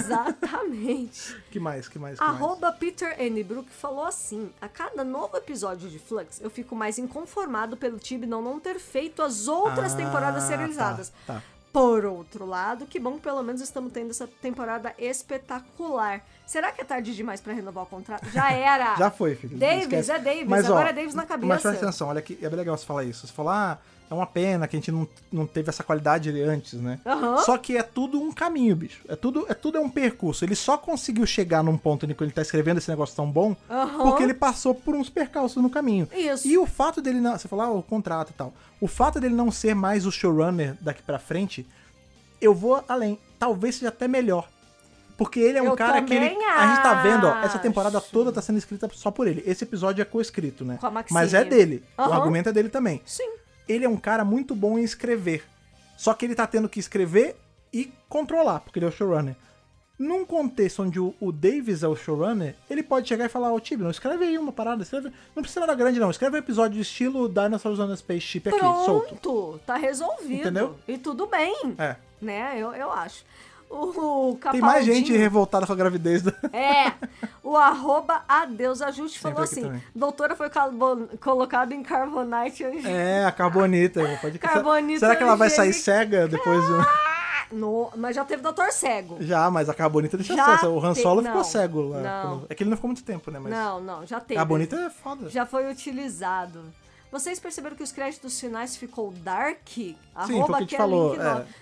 exatamente. Que mais, que mais, que mais? Arroba Peter N. Brook falou assim: a cada novo episódio de Flux, eu fico mais inconformado pelo Tibnon não ter feito as outras Ah, temporadas serializadas. tá, tá. Por outro lado, que bom que pelo menos estamos tendo essa temporada espetacular. Será que é tarde demais pra renovar o contrato? Já era! (laughs) Já foi, filho. Davis, esquece. é Davis, agora é Davis na Mas cabeça. presta atenção, olha que é bem legal você falar isso. Você falar, ah, é uma pena que a gente não, não teve essa qualidade antes, né? Aham. Só que é tudo um caminho, bicho. É tudo, é tudo é um percurso. Ele só conseguiu chegar num ponto em que ele tá escrevendo esse negócio tão bom Aham. porque ele passou por uns percalços no caminho. Isso. E o fato dele não. Você falou, ah, o contrato e tal. O fato dele não ser mais o showrunner daqui pra frente, eu vou além. Talvez seja até melhor. Porque ele é um Eu cara que ele. também A gente tá vendo, ó, essa acho. temporada toda tá sendo escrita só por ele. Esse episódio é coescrito, né? Com a Maxine. Mas é dele. O Aham. argumento é dele também. Sim. Ele é um cara muito bom em escrever. Só que ele tá tendo que escrever e controlar, porque ele é o showrunner. Num contexto onde o, o Davis é o showrunner, ele pode chegar e falar, ô Tibi, não escreve aí uma parada, escreve. Não precisa nada grande, não. Escreve um episódio estilo Dinosaurs on a Spaceship aqui, solto. Pronto, tá resolvido. Entendeu? E tudo bem, É. né? Eu, eu acho. O, o Tem mais gente Capaldinho- revoltada com a gravidez da. (laughs) É, o arroba adeus ajuste falou aqui assim, também. doutora foi carbon- colocada em Carbonite Angélica." É, a Carbonita. Pode... Carbonita Será que ela vai sair Angélica. cega depois? (laughs) de- um- No- mas já teve doutor cego. Já, mas a Carbonita deixa Já cega. O Han te- Solo não, ficou cego lá. não. quando- É que ele não ficou muito tempo, né? Mas Não, não, já teve. Carbonita é foda. Já foi utilizado. Vocês perceberam que os créditos finais ficou dark? Sim, foi o que a gente falou,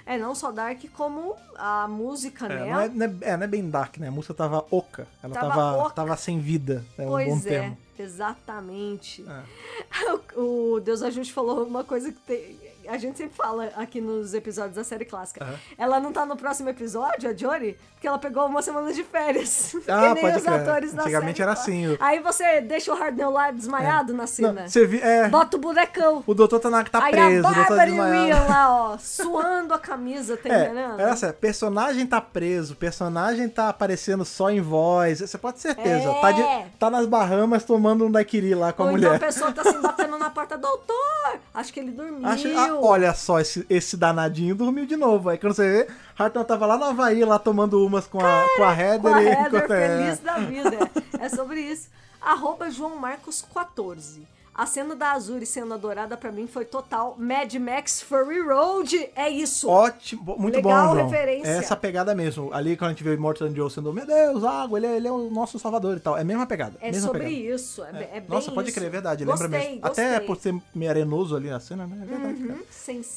É. não só dark, como a música, É, né? não é, não é- é, não é bem dark, né? A música tava oca. Ela Tava tava, tava, oca. sem vida. É um Pois bom é, termo. É. exatamente. (laughs) O, o Deus Ajuste falou uma coisa que tem- a gente sempre fala aqui nos episódios da série clássica. Aham. Ela não tá no próximo episódio, a Jory, porque ela pegou uma semana de férias. (laughs) Ah, que nem pode os crer. atores da Antigamente série era clássica. assim, o- É. Aí você deixa o Hardnell lá desmaiado na Não, cena. você vi, é, Bota o bonecão. o doutor Tanaka tá Né. Aí preso, a o doutor tá Bárbara e o Ian desmaiado. lá, (laughs) ó, suando a camisa, tá É, entendendo? era assim, personagem tá preso, personagem tá aparecendo só em voz. Você pode ter certeza. É. Tá, de- tá nas Bahamas tomando um daiquiri lá com a Ou então a mulher. pessoa tá assim, batendo na porta, doutor, acho que ele dormiu. Acho- ah, olha só, esse, esse danadinho dormiu de novo. É Aí quando você vê, Hartnell tava lá no Havaí, lá tomando umas com a, com a Heather. com a e- Heather, enquanto- é. feliz da vida. É É sobre isso. Arroba João Marcos 14. A cena da Azuri sendo adorada pra mim foi total Mad Max Fury Road. É isso. Ótimo, muito Legal bom, João. referência. É essa pegada mesmo. Ali quando a gente vê o Mortal Joe sendo, meu Deus, água, ele é, ele é o nosso salvador e tal. É a mesma pegada. é mesma sobre pegada. isso. É, é bem Nossa, pode isso. crer, é verdade, Gostei, lembra mesmo. Gostei. Até por ser meio arenoso ali na cena, né? É verdade, cara. Hum,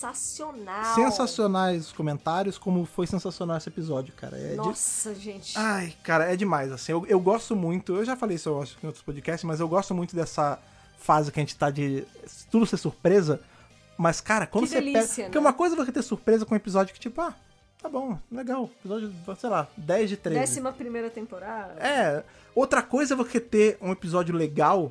Sensacional. Sensacionais os comentários, como foi sensacional esse episódio, cara. É de- Nossa, gente. Ai, cara, é demais, assim. Eu, eu gosto muito, eu já falei isso, eu acho, em outros podcasts, mas eu gosto muito dessa fase que a gente tá de tudo ser surpresa. Mas, cara, quando Que você delícia, pega. né? Porque uma coisa é você ter surpresa com um episódio que, tipo, ah, tá bom, legal. Episódio, sei lá, 10 de 13. Décima primeira temporada. É. Outra coisa é você ter um episódio legal,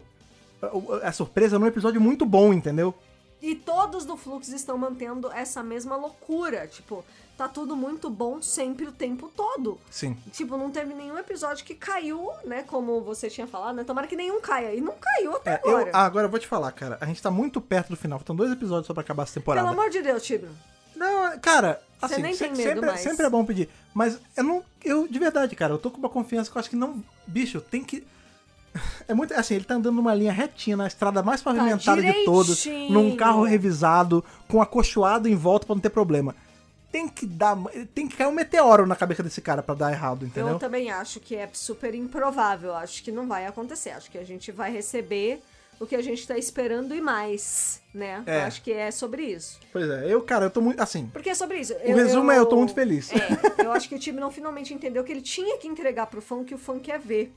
a- a surpresa num episódio muito bom, entendeu? E todos do Flux estão mantendo essa mesma loucura. Tipo, tá tudo muito bom sempre o tempo todo. Sim. Tipo, não teve nenhum episódio que caiu, né? Como você tinha falado, né? Tomara que nenhum caia. E não caiu até É, eu- agora. ah, agora eu vou te falar, cara. A gente tá muito perto do final. Faltam dois episódios só pra acabar essa temporada. Pelo amor de Deus, Tibro. Não, cara, Você assim, nem se- tem medo sempre, mais. sempre é bom pedir. Mas eu não. Eu, de verdade, cara, eu tô com uma confiança que eu acho que não. Bicho, tem que. (laughs) É muito. Assim, ele tá andando numa linha retinha, na estrada mais pavimentada de todos, Tá direitinho. num carro revisado, com acolchoado em volta pra não ter problema. Tem que dar. Tem que cair um meteoro na cabeça desse cara pra dar errado, entendeu? Eu também acho que é super improvável. Acho que não vai acontecer. Acho que a gente vai receber o que a gente tá esperando e mais, né? É. Eu Acho que é sobre isso. Pois é, eu, cara, eu tô muito. Assim. (laughs) Porque é sobre isso. O resumo é, eu tô muito feliz. É, eu acho que o time não finalmente entendeu que ele tinha que entregar pro fã o que o fã quer ver.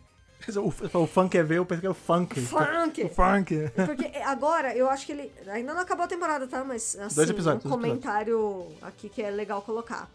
O, o funk é ver, eu pensei que é o funk. Funk. O funk. (laughs) Porque eh, agora, eu acho que ele. Ainda não acabou a temporada, tá? Mas assim, Dois episódios, um dois episódios. comentário aqui que é legal colocar.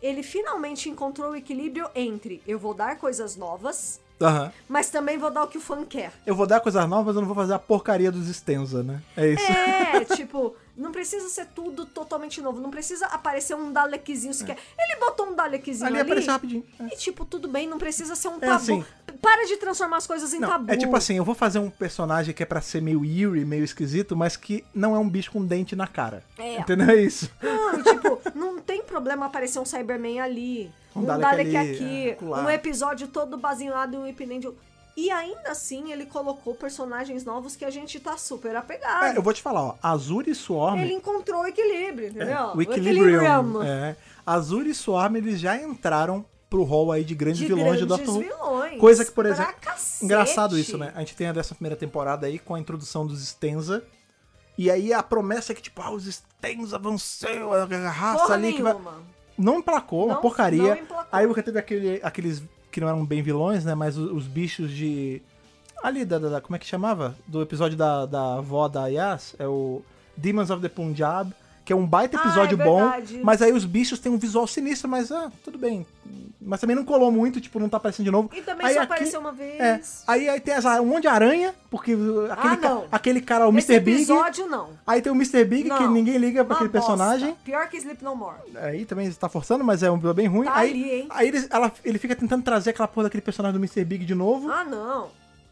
Ele finalmente encontrou o equilíbrio entre eu vou dar coisas novas, Aham. mas também vou dar o que o fã quer. (laughs) Eu vou dar coisas novas, eu não vou fazer a porcaria dos Stenza, né? É isso. É, tipo, não precisa ser tudo totalmente novo, não precisa aparecer um Dalekzinho sequer. Ele botou um Dalekzinho ali. É. Ali apareceu rapidinho. É. E, tipo, tudo bem, não precisa ser um É tabu. assim. Para de transformar as coisas em Não, tabu. é tipo assim, eu vou fazer um personagem que é pra ser meio eerie, meio esquisito, mas que não é um bicho com dente na cara. É. Entendeu? É isso. Não, e, tipo, não tem problema aparecer um Cyberman ali, Um um, Dalek ali, Dalek, é, aqui, acolá. um episódio todo baseado em um epipendio. E ainda assim, ele colocou personagens novos que a gente tá super apegado. É, eu vou te falar, ó. Azure Swarm. Ele encontrou o equilíbrio, é, entendeu? o Equilibrium. É. Azure Swarm, eles já entraram pro hall aí de grandes De vilões de grandes Doctor Who. vilões. Coisa que, por Pra exemplo, cacete. Engraçado isso, né? A gente tem a dessa primeira temporada aí com a introdução dos Stenza. E aí a promessa é que, tipo, ah, os Stenza vão ser a raça Porra ali que vai. nenhuma. Não emplacou, uma Não- porcaria. não emplacou. Aí você teve aquele- aqueles que não eram bem vilões, né? Mas os, os bichos de. Ali, da, da- da- Como é que chamava? Do episódio da, da avó da Yas. É o Demons of the Punjab. Que é um baita Ah, episódio é bom. verdade. Mas aí os bichos têm um visual sinistro, mas ah, tudo bem. Mas também não colou muito, tipo, não tá aparecendo de novo. E também Aí só aqui- apareceu uma vez. Ah, É, aí, aí tem as, um monte de aranha, porque uh, aquele, ca- não. aquele cara, o Esse Mr. Big. episódio, não. Aí tem o Mr. Big, que Não. ninguém liga pra Uma aquele personagem. bosta. Pior que Sleep No More. Aí também você tá forçando, mas é um vilão bem ruim. Tá aí ali, hein? aí ele, ela- ele fica tentando trazer aquela porra daquele personagem do Mr. Big de novo Ah, não.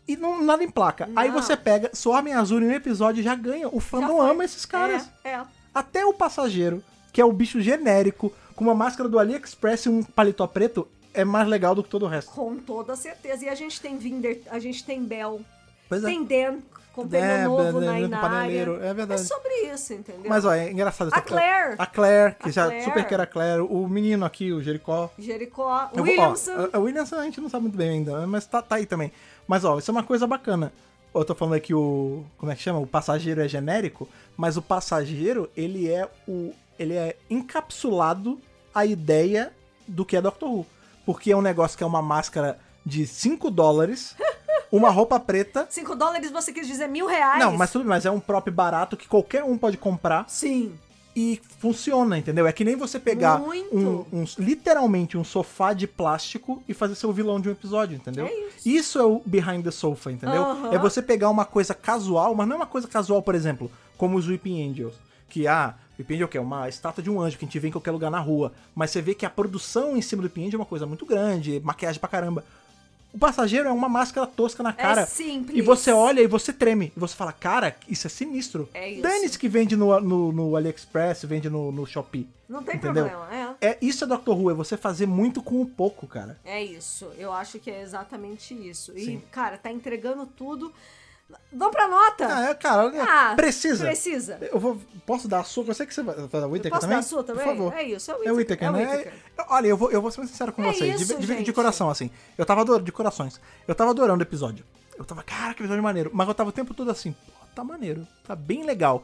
e não, nada emplaca. Aí Não. você pega Swarm em Azul em um episódio e já ganha. O fã Já não foi. ama esses caras. É, é. Até o passageiro, que é o bicho genérico, com uma máscara do AliExpress e um paletó preto, é mais legal do que todo o resto. Com toda certeza. E a gente tem Vinder, a gente tem Bell, Pois é. tem Dan, com pneu É, novo Dan- na Dan- paneleiro, Inária. é verdade. É sobre isso, entendeu? Mas ó, é engraçado. A Claire. A Claire, que A já Claire. super quer a Claire. O menino aqui, o Jericó. Jericó, Eu vou- ó, Williamson. a- a Williamson a gente não sabe muito bem ainda, né? mas tá, tá aí também. Mas ó, isso é uma coisa bacana. Eu tô falando aqui o. Como é que chama? O passageiro é genérico, mas o passageiro, ele é o. Ele é encapsulado a ideia do que é Doctor Who. Porque é um negócio que é uma máscara de 5 dólares, uma roupa preta. 5 dólares você quis dizer mil reais? Não, mas tudo bem, mas é um prop barato que qualquer um pode comprar Sim. e funciona, entendeu? É que nem você pegar Muito. um, um- literalmente um sofá de plástico e fazer seu vilão de um episódio, entendeu? É isso. é o behind the sofa, entendeu? Aham. É você pegar uma coisa casual, mas não é uma coisa casual, por exemplo, como os Weeping Angels, que ah, Weeping Angel que é uma estátua de um anjo que a gente vê em qualquer lugar na rua, mas você vê que a produção em cima do Weeping Angel é uma coisa muito grande, maquiagem pra caramba. O passageiro é uma máscara tosca na cara. É simples. E você olha e você treme. E você fala, cara, isso é sinistro. É isso. Dane-se que vende no, no, no AliExpress, vende no, no Shopee. Não tem Entendeu? problema, É, isso é Doctor Who, é você fazer muito com o pouco, cara. é. É isso. Eu acho que é exatamente isso. E, Sim. cara, tá entregando tudo. Vamos pra nota! Ah, é, cara, olha, Tá. Ah, precisa. Precisa. Eu vou, posso dar a sua? Eu sei que você vai vai dar o Eu Whittaker posso também? dar a sua também? Por favor. É isso, é o É o Whittaker, Whittaker, é o né? Whittaker. É- Olha, eu vou, eu vou ser muito sincero com É vocês, de- isso, de, de, gente. coração, assim. Eu tava adorando, de corações. Eu tava adorando o episódio. Eu tava, cara, que episódio maneiro. Mas eu tava o tempo todo assim, pô, tá maneiro, tá bem legal.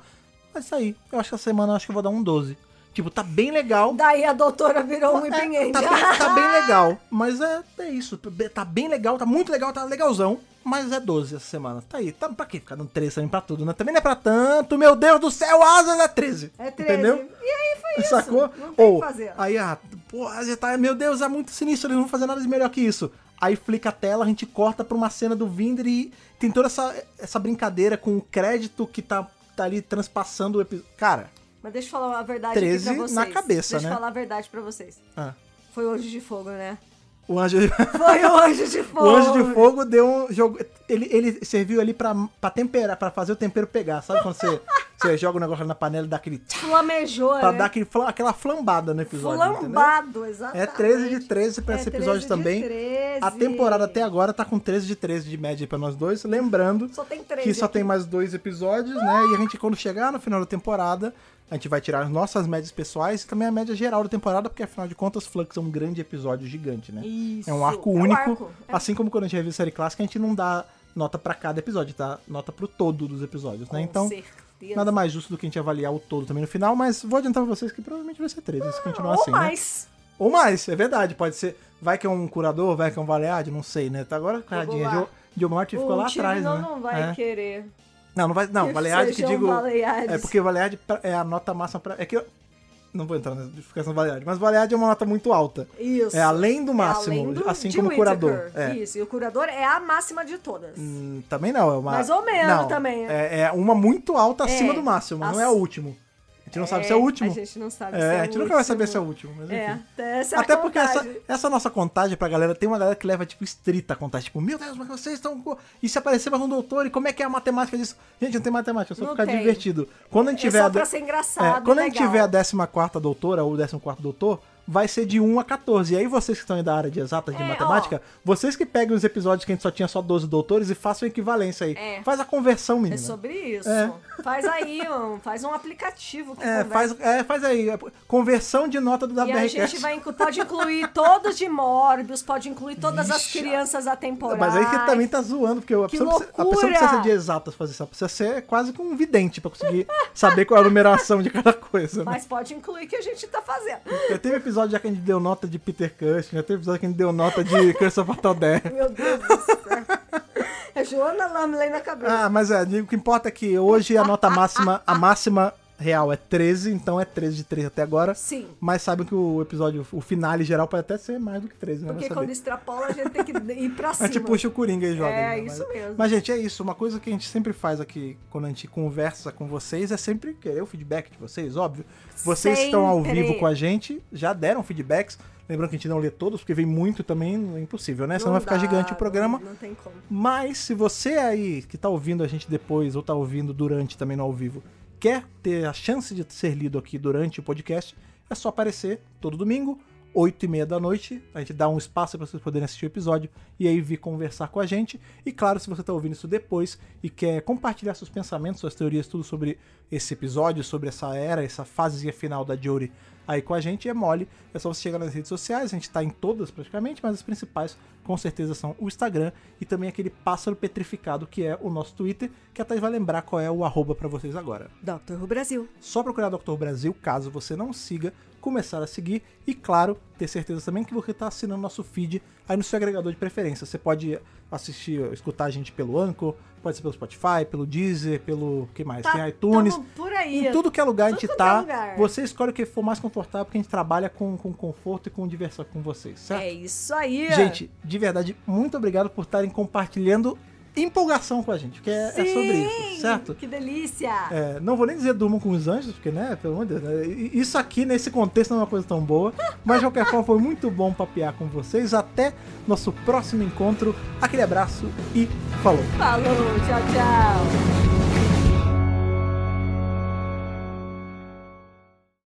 Mas isso aí, eu acho que essa semana eu acho que eu vou dar um 12. Tipo, tá bem legal. Daí a doutora virou um É, Weeping tá, Angel. bem, tá bem legal, mas é, é isso. Tá bem legal, tá muito legal, tá legalzão. Mas é 12 essa semana. Tá aí. Tá, pra quê? Ficar dando 13 também pra tudo, né? Também não é pra tanto. Meu Deus do céu, asas é 13. (laughs) É 13. Entendeu? E aí foi isso. Sacou? Não tem o Ou, que fazer. aí, ah, porra, já tá, meu Deus, é muito sinistro, eles não vão fazer nada de melhor que isso. Aí flica a tela, a gente corta pra uma cena do Vinder e tem toda essa, essa brincadeira com o crédito que tá tá ali transpassando o episódio. Cara, Mas deixa eu falar a verdade 13 aqui pra vocês. na cabeça, deixa né? eu falar a verdade pra vocês. ah, Foi o Anjo de Fogo, né? (laughs) o anjo. Foi o Anjo de (laughs) Fogo. O Anjo de Fogo deu um jogo. Ele, ele serviu ali pra, pra temperar, pra fazer o tempero pegar. Sabe quando você, você joga o negócio na panela e dá aquele. tchá, Flamejou, Pra né? dar aquele, fla- aquela flambada no episódio. entendeu? Flambado, É exatamente. 13 de 13 pra Ah, tá, É esse episódio 13 de também. 13. A temporada até agora tá com 13 de 13 de média aí pra nós dois. Lembrando Só tem 13 que só aqui. tem mais dois episódios, né? E a gente, quando chegar no final da temporada, a gente vai tirar as nossas médias pessoais e também a média geral da temporada, porque afinal de contas, Flux é um grande episódio gigante, né? Isso. É um arco É um único. arco, é. Assim como quando a gente revisa série clássica, a gente não dá nota pra cada episódio, tá? Nota pro todo dos episódios, né? Com Então, certeza. nada mais justo do que a gente avaliar o todo também no final, mas vou adiantar pra vocês que provavelmente vai ser 13, se continuar Ou assim, né? mais. Ou mais, é verdade, pode ser. Vai que é um curador, vai que é um valeade, não sei, né? Tá agora, caradinha, lá. Gil- Gilmarte ficou o lá time atrás, não, né? não vai é. querer. Não, não vai. Não, (laughs) que valeade que sejam digo. Baleares. É porque valeade pra- é a nota máxima pra. É que eu. Não vou entrar nessa edificação valeade, mas valeade é uma nota muito alta. Isso. É além do É máximo, além do- assim de como o curador. Whittaker. É. Isso, e o curador é a máxima de todas. Hum, Também não, é uma. Mais ou menos não, também. né? É, é uma muito alta acima É, do máximo, não ac- é o último. A gente não sabe se é o último. A gente não sabe se é É, o a gente nunca vai saber se é último. o último, mas enfim. É, essa é a Até porque essa, contagem. essa nossa contagem pra galera, tem uma galera que leva, tipo, estrita a contagem. Tipo, meu Deus, mas vocês estão. co- E se aparecer mais um doutor, e como é que é a matemática disso? Gente, não tem matemática, é só Não ficar tem. divertido. Quando a gente É tiver. só a pra do- ser engraçado, é, quando a gente legal. tiver a 14 doutora ou o 14 doutor, vai ser de 1 a 14. E aí vocês que estão aí da área de exatas, de É, matemática, vocês que peguem os episódios que a gente só tinha só 12 doutores e façam a equivalência aí. É. Faz a conversão, menina. É sobre isso. né? É. Faz aí, um, faz um aplicativo que É, conversa. faz, é, faz aí. é, Conversão de nota do E a WRCast. gente vai inclu- pode incluir todos de Morbius, pode incluir todas as Vixe. crianças atemporais. Mas aí você também tá zoando, porque a Que pessoa, não precisa- a pessoa não precisa loucura! ser de exatas fazer isso. Ela precisa ser quase que um vidente pra conseguir saber qual é a numeração de cada coisa. Né? Mas pode incluir que a gente tá fazendo. Já teve episódio já que a gente deu nota de Peter Cushing, já teve episódio que a gente deu nota de Curse of Fatal Death. Meu Deus do céu. É Joana Lamley na cabeça. Ah, mas é, digo, o que importa é que hoje a nota máxima, a máxima real é 13, então é 13 de 13 até agora. Sim. Mas sabem que o episódio, o finale geral pode até ser mais do que 13, né? Vai saber. Porque tipo, quando extrapola, a gente tem que ir pra A cima. gente puxa o Coringa e joga. É, né? isso Mas- mesmo. Mas, gente, é isso. Uma coisa que a gente sempre faz aqui quando a gente conversa com vocês é sempre querer o feedback de vocês, óbvio. Vocês que estão ao Sempre. vivo com a gente, já deram feedbacks. Lembrando que a gente não lê todos, porque vem muito também, é impossível, né? Senão vai ficar dá, gigante o programa. Não, não tem como. Mas se você aí que tá ouvindo a gente depois ou tá ouvindo durante também no ao vivo, quer ter a chance de ser lido aqui durante o podcast, é só aparecer todo domingo, 8 e meia da noite. A gente dá um espaço para vocês poderem assistir o episódio e aí vir conversar com a gente. E claro, se você tá ouvindo isso depois e quer é, compartilhar seus pensamentos, suas teorias, tudo sobre esse episódio, sobre essa era, essa fase final da Jory aí com a gente, é mole. É só você chegar nas redes sociais, a gente tá em todas praticamente, mas as principais com certeza são o Instagram e também aquele pássaro petrificado que é o nosso Twitter, que a Thaís vai lembrar qual é o arroba pra vocês agora. Doctor Who Brasil. Só procurar Dr. Brasil, caso você não siga, começar a seguir e, claro, ter certeza também que você está assinando nosso feed aí no seu agregador de preferência. Você pode assistir, escutar a gente pelo Anchor, pode ser pelo Spotify, pelo Deezer, pelo que mais? Tem iTunes. Tá tamo por aí. Em tudo que é lugar a gente Tudo quanto é tá. lugar. Você escolhe o que for mais confortável, porque a gente trabalha com, com conforto e com diversão com vocês, certo? É isso aí. Gente, de verdade, muito obrigado por estarem compartilhando empolgação com a gente, porque é, é sobre isso, Sim, certo? Que delícia. É, não vou nem dizer durmam com os anjos, porque, né, pelo amor de Deus, né, i- isso aqui nesse contexto não é uma coisa tão boa, mas de qualquer forma foi muito bom papear com vocês. Até nosso próximo encontro. Aquele abraço e falou! Falou, tchau, tchau.